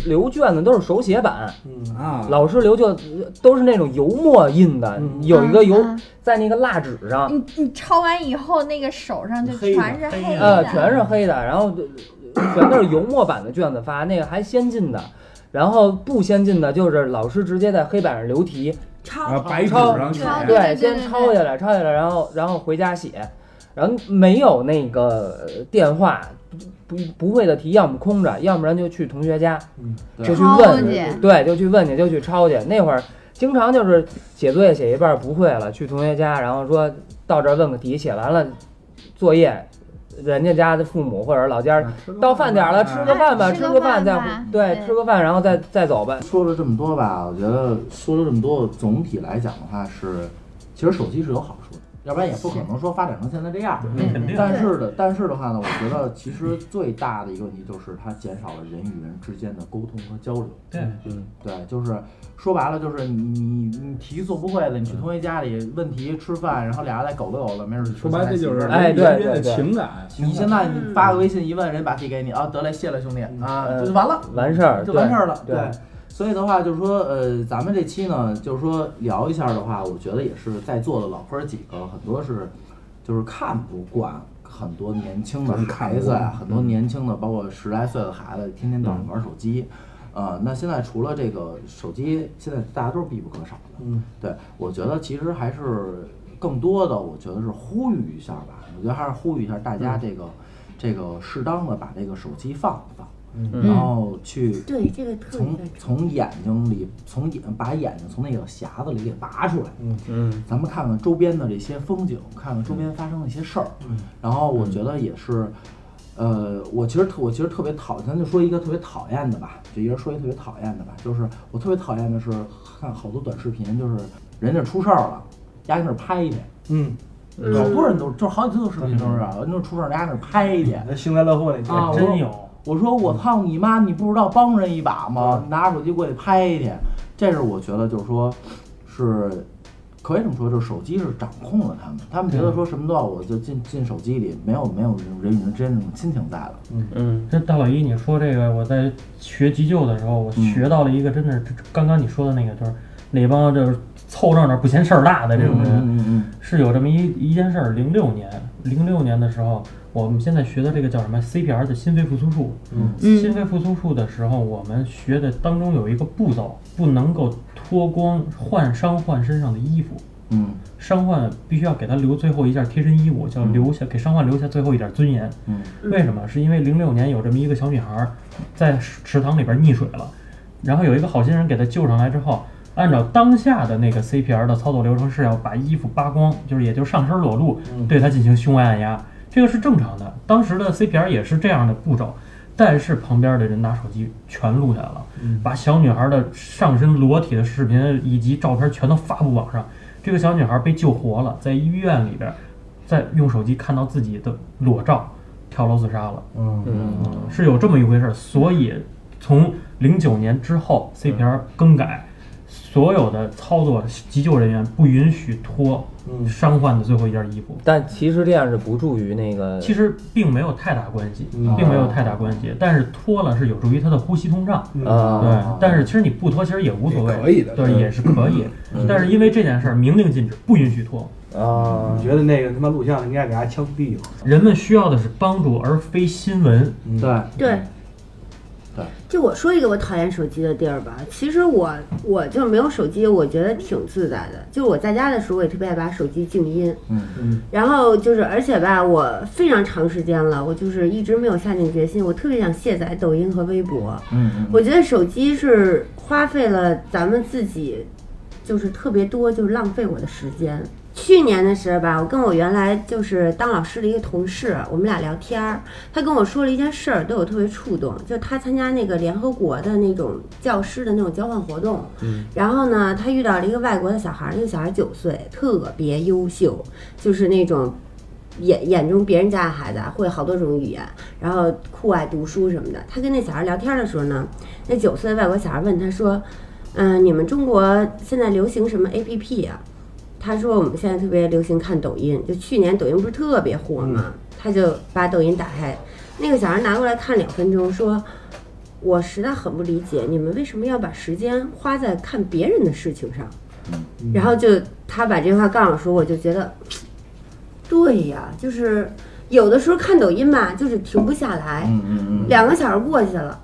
Speaker 6: 留卷子都是手写版，
Speaker 3: 嗯
Speaker 1: 啊，
Speaker 6: 老师留就都是那种油墨印的，
Speaker 5: 嗯
Speaker 6: 有一个油在那个蜡纸上，
Speaker 5: 你你抄完以后，那个手上就
Speaker 8: 黑的
Speaker 5: 全是
Speaker 2: 黑
Speaker 5: 黑
Speaker 2: 的
Speaker 6: 呃，
Speaker 5: 的，
Speaker 6: 全是黑的，然后呃全都是油墨版的卷子发，那个还先进的。然后不先进的就是老师直接在黑板上留题，
Speaker 1: 啊
Speaker 7: 超
Speaker 1: 白纸
Speaker 6: 抄
Speaker 1: 上写，
Speaker 5: 抄嗯对对
Speaker 6: 对，
Speaker 5: 对
Speaker 6: 先抄下来，抄下来，然后然后回家写，然后没有那个呃电话，不不不会的题要么空着，要不然就去同学家，就去
Speaker 5: 抄
Speaker 6: 问嗯
Speaker 5: 去，
Speaker 6: 对，就去问去，就去抄去。那会儿经常就是写作业写一半儿不会了，去同学家，然后说到这儿问个题，写完了作业，人家家的父母或者老家儿到饭点儿了，吃个饭吧，
Speaker 5: 哎
Speaker 6: 吃个
Speaker 5: 吃个
Speaker 6: 饭
Speaker 5: 饭
Speaker 6: 再
Speaker 5: 吧
Speaker 6: 回对，
Speaker 5: 对
Speaker 6: 吃个饭然后再再走吧。
Speaker 4: 说了这么多吧，我觉得说了这么多，总体来讲的话是，其实手机是有好处的，要不然也不可能说发展成现在这样。
Speaker 2: 那肯定
Speaker 4: 但是的，但是的话呢，我觉得其实最大的一个问题就是它减少了人与人之间的沟通和交流。
Speaker 2: 对
Speaker 1: 嗯
Speaker 4: 对，就是说白了，就是你你你题做不会的，你去同学家里问题吃
Speaker 2: 嗯
Speaker 4: 饭，然后俩人来狗了狗了，没准
Speaker 1: 说白了这就是
Speaker 6: 哎
Speaker 1: 人与
Speaker 6: 对
Speaker 1: 人之间的
Speaker 6: 对对
Speaker 1: 情感。
Speaker 2: 嗯
Speaker 4: 你现在你发个微信一问，人家把题给你啊，得嘞，谢了兄弟啊，
Speaker 6: 嗯
Speaker 4: 就完了，
Speaker 6: 完事儿
Speaker 4: 就完事儿了。
Speaker 6: 对对
Speaker 4: 所以的话就是说，呃，咱们这期呢，就是说聊一下的话，我觉得也是在座的老哥儿几个很多是，就是看不惯很多年轻的孩子呀，很多年轻的，包括十来岁的孩子，天天早上玩手机。呃，那现在除了这个手机，现在大家都是必不可少的。
Speaker 8: 嗯，
Speaker 4: 对，我觉得其实还是更多的，我觉得是呼吁一下吧。我觉得还是呼吁一下大
Speaker 6: 嗯
Speaker 4: 家这个、这个适当的把这个手机放一放，
Speaker 6: 嗯
Speaker 4: 然后去
Speaker 7: 对这个特
Speaker 4: 从
Speaker 7: 别
Speaker 4: 从眼睛里从眼把眼睛从那个匣子里给拔出来，
Speaker 6: 嗯，
Speaker 4: 咱们看看周边的这些风景，看看周边发生的一些事儿。
Speaker 3: 嗯
Speaker 4: 然后我觉得也是，呃，我其实特我其实特别讨，咱就说一个特别讨厌的吧，就一人说一个特别讨厌的吧，就是我特别讨厌的是看好多短视频，就是人家出事儿了，压那儿拍去。
Speaker 8: 嗯，
Speaker 4: 好多人都就是好几次都视频都是，人家出事儿，人家那儿拍去。
Speaker 8: 那幸灾乐祸那
Speaker 4: 啊
Speaker 8: 些，
Speaker 4: 我
Speaker 2: 真有。
Speaker 4: 我说我操你妈！你不知道帮人一把吗？拿着手机过去拍去，这是我觉得就是说，是可以这么说，就是手机是掌控了他们，他们觉得说什么都要我就进进手机里，没有没有人人与人之间那种亲情在了。
Speaker 6: 嗯，
Speaker 2: 这大老一，你说这个，我在学急救的时候，我学到了一个，真的是刚刚你说的那个，就是那帮就是凑热闹不嫌事儿大的这种人，
Speaker 4: 嗯嗯
Speaker 2: 是有这么一一件事儿，零六年，零六年的时候，我们现在学的这个叫什么 CPR 的心肺复苏术。嗯，心肺复苏术的时候，我们学的当中有一个步骤，不能够脱光换伤患身上的衣服，
Speaker 4: 嗯
Speaker 2: 伤患必须要给他留最后一件贴身衣物，叫留下给伤患留下最后一点尊严。
Speaker 4: 嗯
Speaker 2: 为什么？是因为零六年有这么一个小女孩儿在食池塘里边溺水了，然后有一个好心人给她救上来之后，按照当下的那个 CPR 的操作流程是要把衣服扒光，就是也就是上身裸露，对她进行胸外按压，这个是正常的。当时的 CPR 也是这样的步骤，但是旁边的人拿手机全录下来了，把小女孩的上身裸体的视频以及照片全都发布网上。这个小女孩被救活了，在医院里边儿，在用手机看到自己的裸照，跳楼自杀了。
Speaker 6: 嗯，
Speaker 2: 是有这么一回事儿。所以从零九年之后，CPR 更改，所有的操作急救人员不允许脱伤患的最后一件衣服。
Speaker 6: 但其实这样是不助于那个，
Speaker 2: 其实并没有太大关系，
Speaker 4: 嗯
Speaker 2: 并没有太大关系，但是脱了是有助于他的呼吸通畅。
Speaker 3: 嗯
Speaker 6: 啊，
Speaker 2: 对，但是其实你不脱其实也无所谓，
Speaker 1: 也可以的
Speaker 2: 对，
Speaker 1: 对
Speaker 2: 也是可以。
Speaker 4: 嗯
Speaker 2: 但是因为这件事儿，明令禁止，不允许脱。
Speaker 6: 啊
Speaker 3: 我，觉得那个他妈录像应该给他枪毙了。
Speaker 2: 人们需要的是帮助，而非新闻。
Speaker 4: 对，
Speaker 7: 对
Speaker 4: 嗯对。
Speaker 7: 就我说一个我讨厌手机的地儿吧，其实我我就没有手机，我觉得挺自在的。就是我在家的时候，我也特别爱把手机静音。
Speaker 4: 嗯
Speaker 3: 嗯。
Speaker 7: 然后就是，而且吧，我非常长时间了，我就是一直没有下定决心，我特别想卸载抖音和微博。
Speaker 4: 嗯嗯
Speaker 7: 我觉得手机是花费了咱们自己，就是特别多，就是浪费我的时间。去年的时候吧，我跟我原来就是当老师的一个同事，我们俩聊天儿，他跟我说了一件事儿，对我特别触动，就他参加那个联合国的那种教师的那种交换活动，然后呢，他遇到了一个外国的小孩儿，那个小孩儿九岁，特别优秀，就是那种眼眼中别人家的孩子啊，会好多种语言，然后酷爱读书什么的。他跟那小孩聊天的时候呢，那九岁的外国小孩问他说：“嗯、你们中国现在流行什么 APP 啊？”他说：“我们现在特别流行看抖音，就去年抖音不是特别火嘛。他就把抖音打开，那个小孩拿过来看两分钟，说：“我实在很不理解，你们为什么要把时间花在看别人的事情上？”然后就他把这句话告诉我说，我就觉得，对呀，就是有的时候看抖音吧，就是停不下来，
Speaker 4: 嗯嗯嗯，
Speaker 7: 两个小时过去了，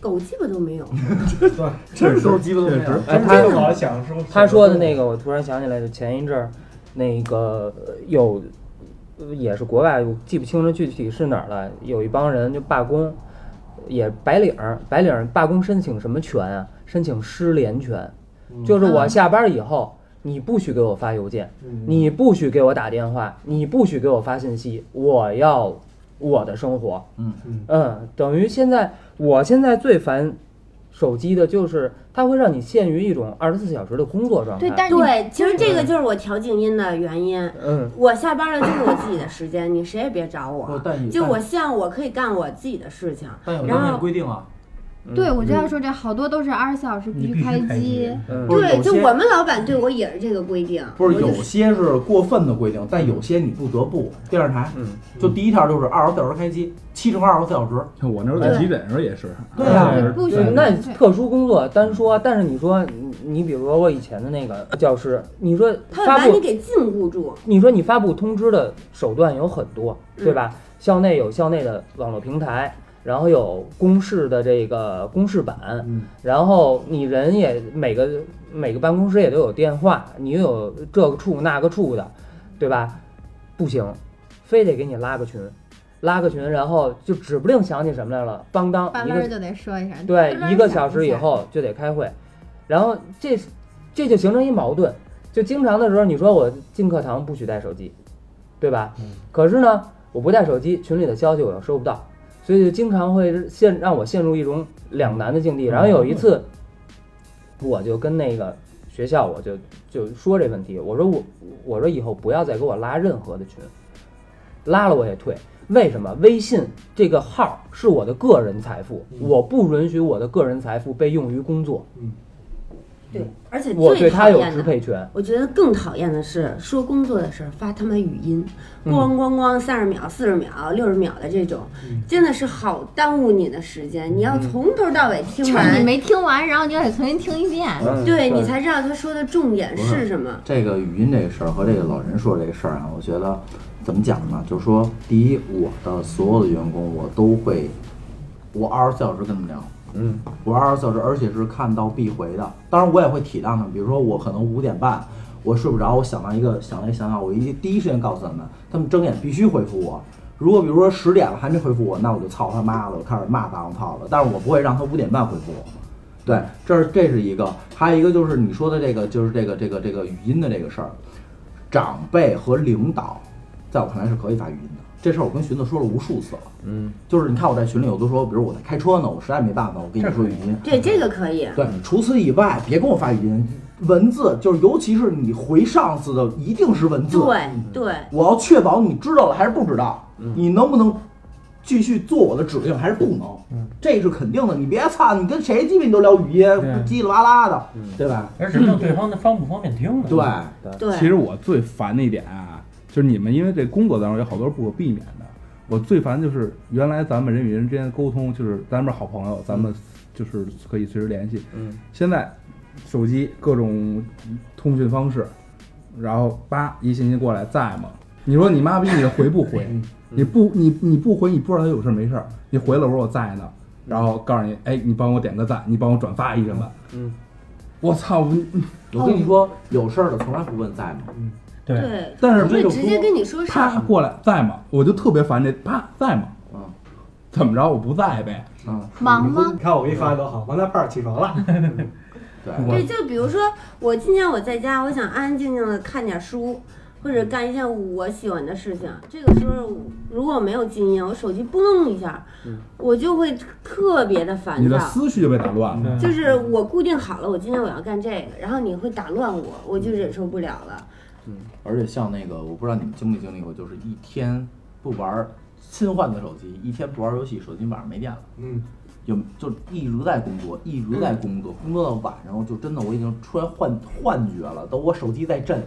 Speaker 7: 狗鸡巴都没有。
Speaker 8: 真是都鸡巴都没
Speaker 1: 确实
Speaker 8: 有。
Speaker 6: 哎，
Speaker 3: 真
Speaker 6: 他
Speaker 3: 正好想说
Speaker 6: 他说的那个，我突然想起来，就前一阵儿，那个呃有呃也是国外，我记不清了具体是哪儿了，有一帮人就罢工，也白领儿，白领儿罢工申请什么权啊？申请失联权，
Speaker 4: 嗯
Speaker 6: 就是
Speaker 5: 嗯
Speaker 6: 我下班以后。你不许给我发邮件，你不许给我打电话，你不许给我发信息，我要我的生活。
Speaker 4: 嗯
Speaker 6: 嗯，等于现在我现在最烦手机的就是它会让你陷于一种二十四小时的工作状态。
Speaker 5: 对，但是你
Speaker 7: 对，其实这个就是我调静音的原因。
Speaker 6: 嗯，
Speaker 7: 我下班了就是我自己的时间，你谁也别找我
Speaker 8: 不。但你
Speaker 7: 就我希望我可以干我自己的事情。
Speaker 8: 但有
Speaker 7: 然
Speaker 8: 明
Speaker 7: 后
Speaker 8: 显规定啊，
Speaker 5: 对我就要说这好多都是二十四小时必
Speaker 2: 你
Speaker 5: 须
Speaker 2: 必须
Speaker 5: 开
Speaker 2: 开
Speaker 5: 机
Speaker 2: 机，
Speaker 6: 嗯
Speaker 8: 不是
Speaker 7: 对，
Speaker 8: 有
Speaker 7: 就
Speaker 8: 些
Speaker 7: 我们老板对我也是这个规定。
Speaker 4: 不是
Speaker 7: 我就
Speaker 4: 有些是过分的规定，但有些你不得不。电视台
Speaker 6: 嗯，
Speaker 4: 就第一条就是二十四小时开机，七乘二十四小时。
Speaker 1: 像我那时候在急诊时候也是，
Speaker 4: 对啊
Speaker 5: 你不许
Speaker 6: 对，嗯那
Speaker 5: 对
Speaker 6: 特殊工作单说，但是你说你你比如说我以前的那个教师，你说
Speaker 7: 他会
Speaker 6: 发
Speaker 7: 把你
Speaker 6: 布，嗯
Speaker 7: 给禁锢住。
Speaker 6: 你说你发布通知的手段有很多，对吧？校内有校内的网络平台。然后有公示的这个公示板，
Speaker 3: 嗯
Speaker 6: 然后你人也每个每个办公室也都有电话，你又有这个处那个处的，对吧？不行，非得给你拉个群，拉个群，然后就指不定想起什么来了，邦当
Speaker 5: 半
Speaker 6: 一
Speaker 5: 拉
Speaker 6: 个
Speaker 5: 儿就得说一声。
Speaker 6: 对，
Speaker 5: 嘚儿
Speaker 6: 一个
Speaker 5: 响
Speaker 6: 小时以
Speaker 5: 下，
Speaker 6: 后就得开会，然后这这就形成一矛盾，就经常的时候你说我进课堂不许带手机，对吧？可是呢，我不带手机，群里的消息我又收不到，所以就经常会陷让我陷入一种两难的境地。然后有一次，我就跟那个学校我就就说这问题，我说我我说以后不要再给我拉任何的群，拉了我也退。为什么微信这个号是我的个人财富？我不允许我的个人财富被用于工作，
Speaker 7: 对，而且
Speaker 6: 我
Speaker 7: 最
Speaker 6: 对
Speaker 7: 讨
Speaker 6: 它有
Speaker 7: 厌
Speaker 6: 支
Speaker 7: 的
Speaker 6: 配权。
Speaker 7: 我觉得更讨厌的是说工作的事儿发他妈语音，咣咣咣三十秒、四十秒、六十秒的这种，真的是好耽误你的时间。你要从头到尾听
Speaker 5: 就是你
Speaker 7: 完，
Speaker 5: 没听完，然后你就得重新听一遍。
Speaker 6: 嗯
Speaker 7: 对你才知道他说的重点
Speaker 4: 不是
Speaker 7: 是什么。
Speaker 4: 这个语音这个事儿和这个老人说这个事儿啊，我觉得怎么讲呢？就是说，第一，我的所有的员工我都会，我二十四小时跟他们聊，
Speaker 6: 嗯，
Speaker 4: 我二十四小时，而且是看到必回的。当然，我也会体谅他们，比如说我可能五点半我睡不着，我想到一个想了一想想，我一第一时间告诉他们，他们睁眼必须回复我。如果比如说十点了还没回复我，那我就操他妈了，我开始骂大王炮了。但是我不会让他五点半回复我。对，这是这是一个，还有一个就是你说的这个，就是这个这个这个语音的这个事儿，长辈和领导，在我看来是可以发语音的。这事儿我跟寻子说了无数次了，
Speaker 6: 嗯，
Speaker 4: 就是你看我在群里，我都说，比如我在开车呢，我实在没办法，我跟你说语音。
Speaker 7: 对，这个可以。
Speaker 4: 对，除此以外，别跟我发语音，文字就是，尤其是你回上司的，一定是文字。
Speaker 7: 对对，
Speaker 2: 嗯
Speaker 4: 我要确保你知道了还是不知道，你能不能
Speaker 9: 继续做我的指令还是不能，
Speaker 2: 嗯
Speaker 9: 这是肯定的。你别操，你跟谁鸡巴你都聊语音
Speaker 2: 对，嗯
Speaker 9: 叽里哇啦的，对吧？
Speaker 2: 而且让对方的方不方便听呢？
Speaker 9: 对，
Speaker 2: 嗯
Speaker 7: 对，
Speaker 1: 其实我最烦的一点啊，就是你们因为这工作当中有好多不可避免的，我最烦就是原来咱们人与人之间的沟通，就是咱们是好朋友，咱们就是可以随时联系。
Speaker 6: 嗯，
Speaker 1: 嗯现在手机各种通讯方式，然后叭一信息过来，在吗？你说你妈逼你回不回？嗯你不你你不回，你不知道他有事儿没事儿。你回了我说我在呢，然后告诉你，哎，你帮我点个赞，你帮我转发一什么？
Speaker 6: 嗯，
Speaker 1: 我操！我
Speaker 4: 我跟你说，有事儿的从来不问在吗？
Speaker 2: 嗯对
Speaker 7: 对，
Speaker 1: 但是
Speaker 7: 他
Speaker 1: 这
Speaker 7: 会
Speaker 1: 种
Speaker 7: 直接跟你说
Speaker 1: 啪
Speaker 7: 啥？
Speaker 1: 过来在吗？我就特别烦这啪在吗？
Speaker 4: 嗯，
Speaker 1: 怎么着我不在呗？
Speaker 5: 忙吗
Speaker 3: 你？看我给你发的多好，王大胖起床了，
Speaker 4: 对，
Speaker 7: 对，就比如说我今天我在家，我想安安静静的看点书，或者干一件我喜欢的事情。这个时候如果没有静音，我手机嘣一下，我就会特别的烦
Speaker 1: 你的
Speaker 7: 躁。
Speaker 1: 思绪就被打乱
Speaker 4: 嗯
Speaker 1: 了。
Speaker 7: 就是我固定好了，我今天我要干这个，然后你会打乱我，我就忍受不了了。
Speaker 4: 而且像那个，我不知道你们经没经历过，就是一天不玩儿新换的手机，一天不玩儿游戏，手机晚上没电了。
Speaker 3: 嗯，
Speaker 4: 有就一直在工作，一直在工作，工作到晚上就真的我已经出现幻幻觉了，都我手机在震，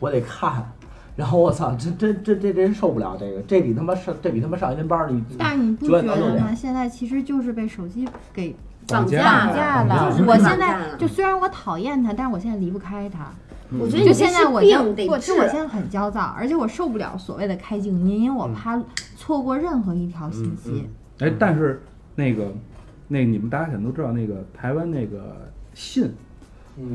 Speaker 4: 我得看，然后我操，这这这这真受不了这个，这比他妈上这比他妈上一天班儿，你
Speaker 5: 嗯但是你不
Speaker 4: 九
Speaker 5: 觉
Speaker 4: 点到六
Speaker 5: 得
Speaker 4: 点
Speaker 5: 吗？现在其实就是被手机给
Speaker 7: 绑
Speaker 1: 架
Speaker 5: 绑架了
Speaker 7: 就是。
Speaker 5: 我
Speaker 7: 绑架
Speaker 5: 现在
Speaker 7: 了
Speaker 5: 就虽然我讨厌它，但是我现在离不开它。
Speaker 7: 我觉得
Speaker 5: 嗯就
Speaker 7: 你
Speaker 5: 现在
Speaker 7: 这
Speaker 5: 我
Speaker 7: 病
Speaker 5: 就
Speaker 7: 得
Speaker 5: 我
Speaker 7: 治
Speaker 5: 就。我现在很焦躁，而且我受不了所谓的开静音，因为我
Speaker 6: 嗯
Speaker 5: 怕错过任何一条信息。
Speaker 1: 哎，但是那个那你们大家可能都知道，那个台湾那个信，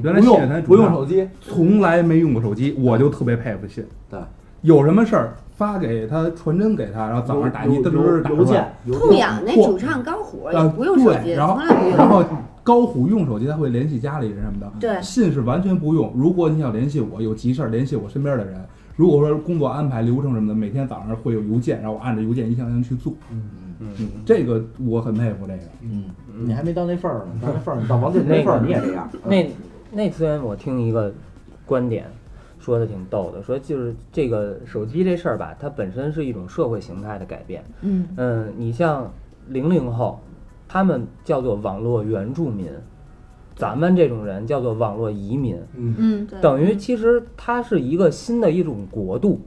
Speaker 1: 原来
Speaker 4: 不
Speaker 1: 信乐台
Speaker 4: 用
Speaker 1: 主
Speaker 4: 不用
Speaker 1: 唱
Speaker 4: 手机，
Speaker 1: 从来没用过手机，我就特别佩服信。
Speaker 4: 对，
Speaker 1: 有什么事儿发给他，传真给他，然后早上打
Speaker 4: 邮
Speaker 1: 一嘚
Speaker 4: 邮
Speaker 1: 儿打出来
Speaker 4: 邮件，邮
Speaker 7: 痛痒那
Speaker 1: 过
Speaker 7: 主唱高虎也
Speaker 1: 啊，
Speaker 7: 不用手
Speaker 1: 对
Speaker 7: 机，
Speaker 1: 然后
Speaker 7: 从来不
Speaker 1: 然
Speaker 7: 用。
Speaker 1: 后高虎用手机，他会联系家里人什么的。
Speaker 7: 对
Speaker 1: 信是完全不用。如果你想联系我，有急事儿联系我身边的人。如果说工作安排流程什么的，每天早上会有邮件，然后我按照邮件一项项去做。
Speaker 4: 嗯，
Speaker 1: 嗯，这个我很佩服这个。
Speaker 4: 嗯，你还没到那份儿呢，到那份儿你到王俊那份儿你也这样，嗯
Speaker 6: 那那天我听一个观点，说的挺逗的，说就是这个手机这事儿吧，它本身是一种社会形态的改变。
Speaker 5: 嗯，
Speaker 6: 嗯，你像零零后，他们叫做网络原住民，咱们这种人叫做网络移民，
Speaker 5: 嗯，
Speaker 7: 对
Speaker 6: 等于其实它是一个新的一种国度。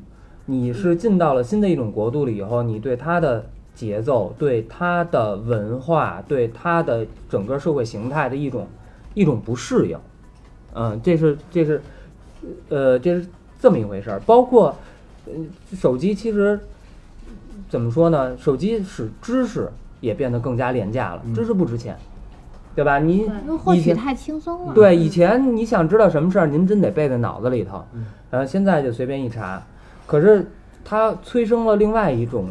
Speaker 6: 你是进到了新的一种国度了以后，你对它的节奏、对它的文化、对它的整个社会形态的一种一种不适应。嗯，这是这是，呃，这是这么一回事儿。包括，呃，手机其实怎么说呢？手机使知识也变得更加廉价了，知识不值钱，对吧？你
Speaker 5: 因为获
Speaker 6: 以
Speaker 5: 取
Speaker 6: 前
Speaker 5: 太轻松了。
Speaker 6: 对，以前你想知道什么事儿，您真得背在脑子里头，
Speaker 4: 嗯
Speaker 6: 然后现在就随便一查。可是它催生了另外一种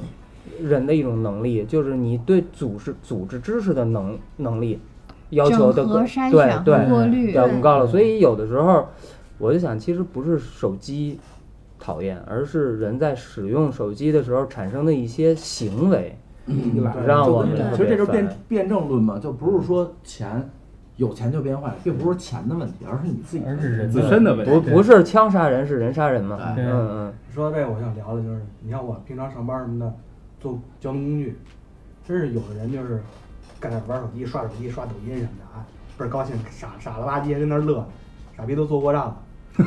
Speaker 6: 人的一种能力，就是你对组织组织知识的能能力要
Speaker 5: 整
Speaker 6: 求的
Speaker 5: 合
Speaker 6: 更
Speaker 5: 筛
Speaker 6: 对
Speaker 5: 选和
Speaker 6: 对
Speaker 5: 过滤，
Speaker 6: 对更
Speaker 4: 嗯
Speaker 6: 高了。所以有的时候我就想，其实不是手机讨厌，而是人在使用手机的时候产生的一些行为，
Speaker 3: 嗯
Speaker 6: 让我们
Speaker 4: 其实
Speaker 6: 特
Speaker 4: 这
Speaker 6: 别
Speaker 4: 就是辩
Speaker 6: 烦
Speaker 4: 辩证论嘛，就不是说钱有钱就变坏，并不是钱的问题，而是你自己的
Speaker 2: 而
Speaker 4: 问题。
Speaker 2: 是人
Speaker 1: 自身的问
Speaker 6: 不
Speaker 1: 题，
Speaker 6: 不是枪杀人，是人杀人嘛？
Speaker 4: 对
Speaker 6: 嗯嗯。
Speaker 3: 说到这个，我想聊的就是，你像我平常上班什么的，坐交通工具，真是有的人就是干点玩手机、刷手机、刷抖音什么的啊，倍儿高兴，傻傻了吧唧跟那儿乐呢，傻逼都坐过站了，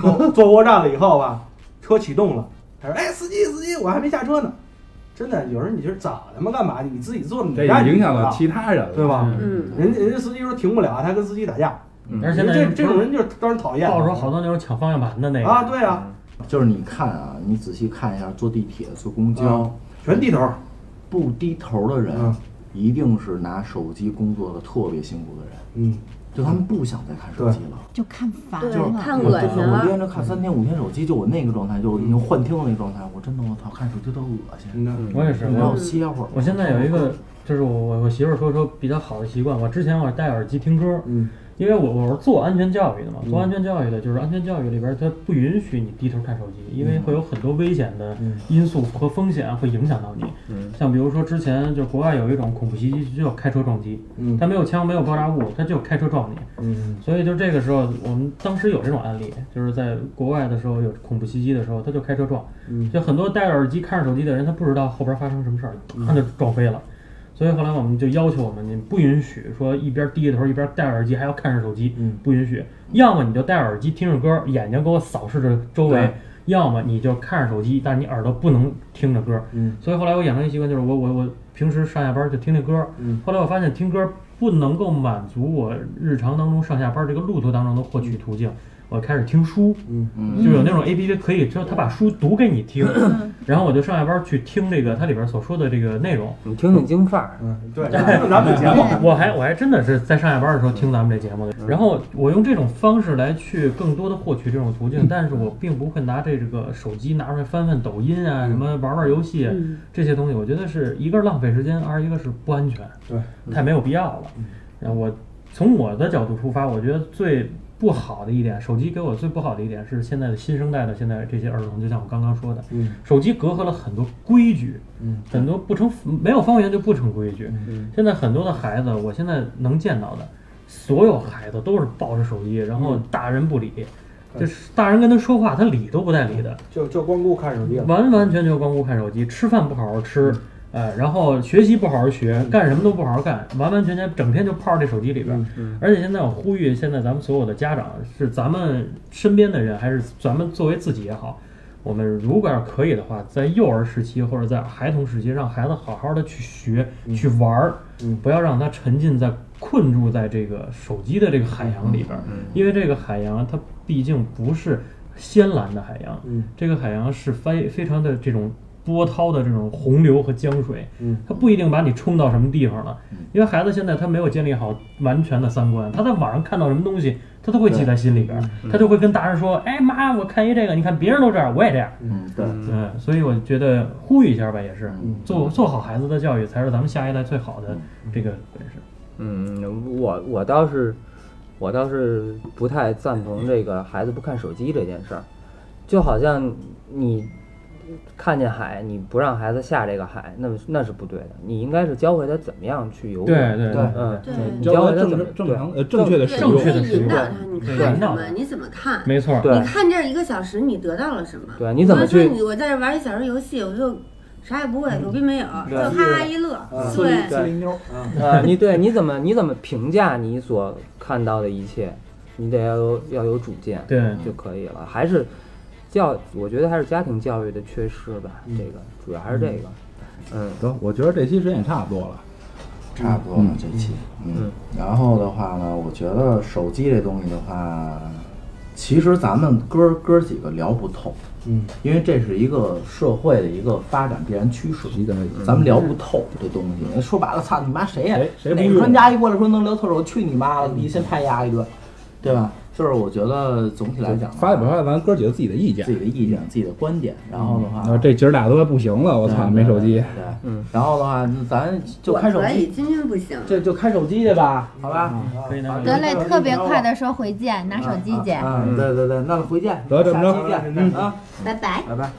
Speaker 3: 坐坐过站了以后吧，车启动了，他说：“哎，司机司机，我还没下车呢。”真的，有时候你就是早他妈干嘛去？你自己坐你
Speaker 1: 嗯这
Speaker 3: 站
Speaker 1: 也影响
Speaker 3: 你
Speaker 1: 了
Speaker 3: 知道
Speaker 1: 其他人了，
Speaker 3: 对吧？
Speaker 7: 嗯，
Speaker 3: 人人家司机说停不了，他跟司机打架，
Speaker 2: 嗯而且
Speaker 3: 这
Speaker 2: 现在
Speaker 3: 这种人就是当然讨厌。
Speaker 2: 到时候好多那种抢方向盘的那个
Speaker 3: 啊，，对啊，
Speaker 4: 就是你看啊，你仔细看一下，坐地铁、坐公交，
Speaker 3: 嗯全低头。
Speaker 4: 不低头的人，
Speaker 3: 嗯
Speaker 4: 一定是拿手机工作的特别辛苦的人，
Speaker 3: 嗯，
Speaker 4: 就他们不想再看手机了。
Speaker 5: 就看烦
Speaker 7: 对
Speaker 5: 了。，
Speaker 7: 看啊
Speaker 4: 我
Speaker 7: 恶
Speaker 4: 真
Speaker 7: 心
Speaker 4: 的，我连
Speaker 7: 了。
Speaker 4: 着看三天五天手机，就我那个状态，就我已经幻听的那个状态，我真的我操，看手机都恶心。
Speaker 3: 嗯真的。
Speaker 2: 我也是，
Speaker 4: 你让
Speaker 2: 我
Speaker 4: 我歇会儿。
Speaker 2: 我现在有一个，就是我我我媳妇儿说说比较好的习惯，我之前我是戴耳机听歌，
Speaker 3: 嗯，
Speaker 2: 因为我我是做安全教育的嘛，
Speaker 9: 嗯
Speaker 2: 做安全教育的就是安全教育里边它不允许你低头看手机，因为会有很多危险的
Speaker 9: 嗯
Speaker 2: 因素和风险啊会影响到你。
Speaker 9: 嗯
Speaker 2: 像比如说之前就国外有一种恐怖袭击，就叫开车撞击，
Speaker 9: 嗯
Speaker 2: 它没有枪没有爆炸物，它就开车撞你。
Speaker 9: 嗯
Speaker 2: 所以就这个时候，我们当时有这种案例，就是在国外的时候有恐怖袭击的时候，他就开车撞，
Speaker 9: 嗯
Speaker 2: 就很多戴着耳机看着手机的人，他不知道后边发生什么事儿，
Speaker 9: 嗯
Speaker 2: 他就撞飞了。所以后来我们就要求我们，你不允许说一边低着头一边戴着耳机还要看着手机，
Speaker 9: 嗯
Speaker 2: 不允许。要么你就戴着耳机听着歌，眼睛给我扫视着周围
Speaker 9: 对；
Speaker 2: 要么你就看着手机，但是你耳朵不能听着歌。
Speaker 9: 嗯
Speaker 2: 所以后来我养成一习惯，就是我我我平时上下班就听听歌。
Speaker 9: 嗯
Speaker 2: 后来我发现听歌不能够满足我日常当中上下班这个路途当中的获取途径，我开始听书，
Speaker 9: 嗯
Speaker 4: 嗯
Speaker 2: 就有那种 A P P 可以，就是他把书读给你听，然后我就上下班去听这个它里边所说的这个内容。
Speaker 6: 你听听京范儿，
Speaker 9: 嗯，对，咱们节目
Speaker 2: 我还我还真的是在上下班的时候听咱们这节目的，然后我用这种方式来去更多的获取这种途径，但是我并不会拿这个手机拿出来翻翻抖音啊，什么玩玩游戏
Speaker 7: 嗯
Speaker 2: 这些东西，我觉得是一个是浪费时间，二一个是不安全，
Speaker 9: 对，
Speaker 2: 太没有必要了。
Speaker 9: 嗯
Speaker 2: 然后我从我的角度出发，我觉得最不好的一点，手机给我最不好的一点是现在的新生代的现在这些儿童，就像我刚刚说的，
Speaker 9: 嗯
Speaker 2: 手机隔阂了很多规矩，
Speaker 9: 嗯
Speaker 2: 很多不成没有方圆就不成规矩。
Speaker 9: 嗯
Speaker 2: 现在很多的孩子，我现在能见到的，所有孩子都是抱着手机，然后
Speaker 9: 嗯
Speaker 2: 大人不理，
Speaker 9: 对
Speaker 2: 就是大人跟他说话，他理都不带理的，
Speaker 9: 就就光顾看手机了，
Speaker 2: 完完全全光顾看手机，吃饭不好好吃。哎，然后学习不好好学，干什么都不好好干，完完全全整天就泡在这手机里边。而且现在我呼吁，现在咱们所有的家长，是咱们身边的人，还是咱们作为自己也好，我们如果要是可以的话，在幼儿时期或者在孩童时期，让孩子好好的去学、去玩儿，
Speaker 9: 嗯
Speaker 2: 不要让他沉浸在困住在这个手机的这个海洋里边
Speaker 9: 嗯
Speaker 2: 儿，因为这个海洋它毕竟不是鲜蓝的海洋，
Speaker 9: 嗯
Speaker 2: 这个海洋是非非常的这种波涛的这种洪流和江水，
Speaker 9: 嗯
Speaker 2: 它不一定把你冲到什么地方了，因为孩子现在他没有建立好完全的三观，他在网上看到什么东西，他都会记在心里边儿，他就会跟大人说：“哎妈，我看一这个，你看别人都这样，我也这样。
Speaker 4: 嗯，对，”
Speaker 2: 嗯，所以我觉得呼吁一下吧，也是
Speaker 4: 嗯
Speaker 2: 做做好孩子的教育，才是咱们下一代最好的这个本事。
Speaker 6: 嗯，我我倒是，我倒是不太赞同这个孩子不看手机这件事儿，就好像你看见海，你不让孩子下这个海，那么那是不对的。你应该是教会他怎么样去游泳，
Speaker 2: 对对
Speaker 4: 对
Speaker 6: 嗯，
Speaker 7: 对
Speaker 6: 你
Speaker 1: 教
Speaker 6: 教会
Speaker 1: 他
Speaker 6: 他怎么
Speaker 1: 正正
Speaker 6: 对
Speaker 1: 常呃正确的使用
Speaker 2: 正确的
Speaker 7: 你可以
Speaker 2: 对引
Speaker 7: 引导他，你看什
Speaker 2: 导
Speaker 7: 么
Speaker 2: 他，
Speaker 7: 你怎么看？
Speaker 2: 没错儿，
Speaker 6: 对
Speaker 7: 你看这儿一个小时，你得到了什么？
Speaker 6: 对你怎么
Speaker 7: 我说
Speaker 6: 去
Speaker 7: 你我在这玩一小时游戏，我就啥也不会，狗屁没有，就
Speaker 6: 对
Speaker 7: 哈哈一乐。对，
Speaker 9: 四零妞啊，
Speaker 6: 啊，你对你怎么你怎么评价你所看到的一切，你得要有要有主见，
Speaker 2: 对
Speaker 6: 就可以了。还是教，我觉得还是家庭教育的缺失吧，
Speaker 1: 嗯
Speaker 6: 这个主要还是这个。嗯，
Speaker 1: 得，我觉得这期时间也差不多了。
Speaker 4: 差不多了这期。嗯，然后的话呢，我觉得手机这东西的话，其实咱们哥哥几个聊不透，
Speaker 9: 嗯，
Speaker 4: 因为这是一个社会的一个发展必然趋势，咱们聊不透这东西。
Speaker 9: 说白了，操你妈谁呀？
Speaker 1: 嗯谁谁不
Speaker 9: 哪
Speaker 1: 用
Speaker 9: 个专家一过来说能聊特首，去你妈了，你先拍丫一顿，对吧？
Speaker 4: 就是我觉得总体来讲的话，
Speaker 1: 嗯发表发表咱哥几个自己的意见
Speaker 4: 自。己的意见、自己的观点，然后的话，
Speaker 1: 啊，这姐儿俩都快不行了，我操，没手机。嗯
Speaker 4: 对，然后的话，那咱就开手
Speaker 7: 我可以，
Speaker 4: 机，
Speaker 7: 君君不行。
Speaker 9: 这就开手机去吧，
Speaker 4: 好吧？
Speaker 1: 嗯
Speaker 2: 可以拿
Speaker 5: 得嘞，特别快的说
Speaker 6: 嗯
Speaker 5: 回见，拿手机见，
Speaker 4: 啊嗯，对对对，那回见，
Speaker 1: 得这么着
Speaker 4: 下期见，嗯啊。
Speaker 5: 拜拜。
Speaker 4: 拜拜。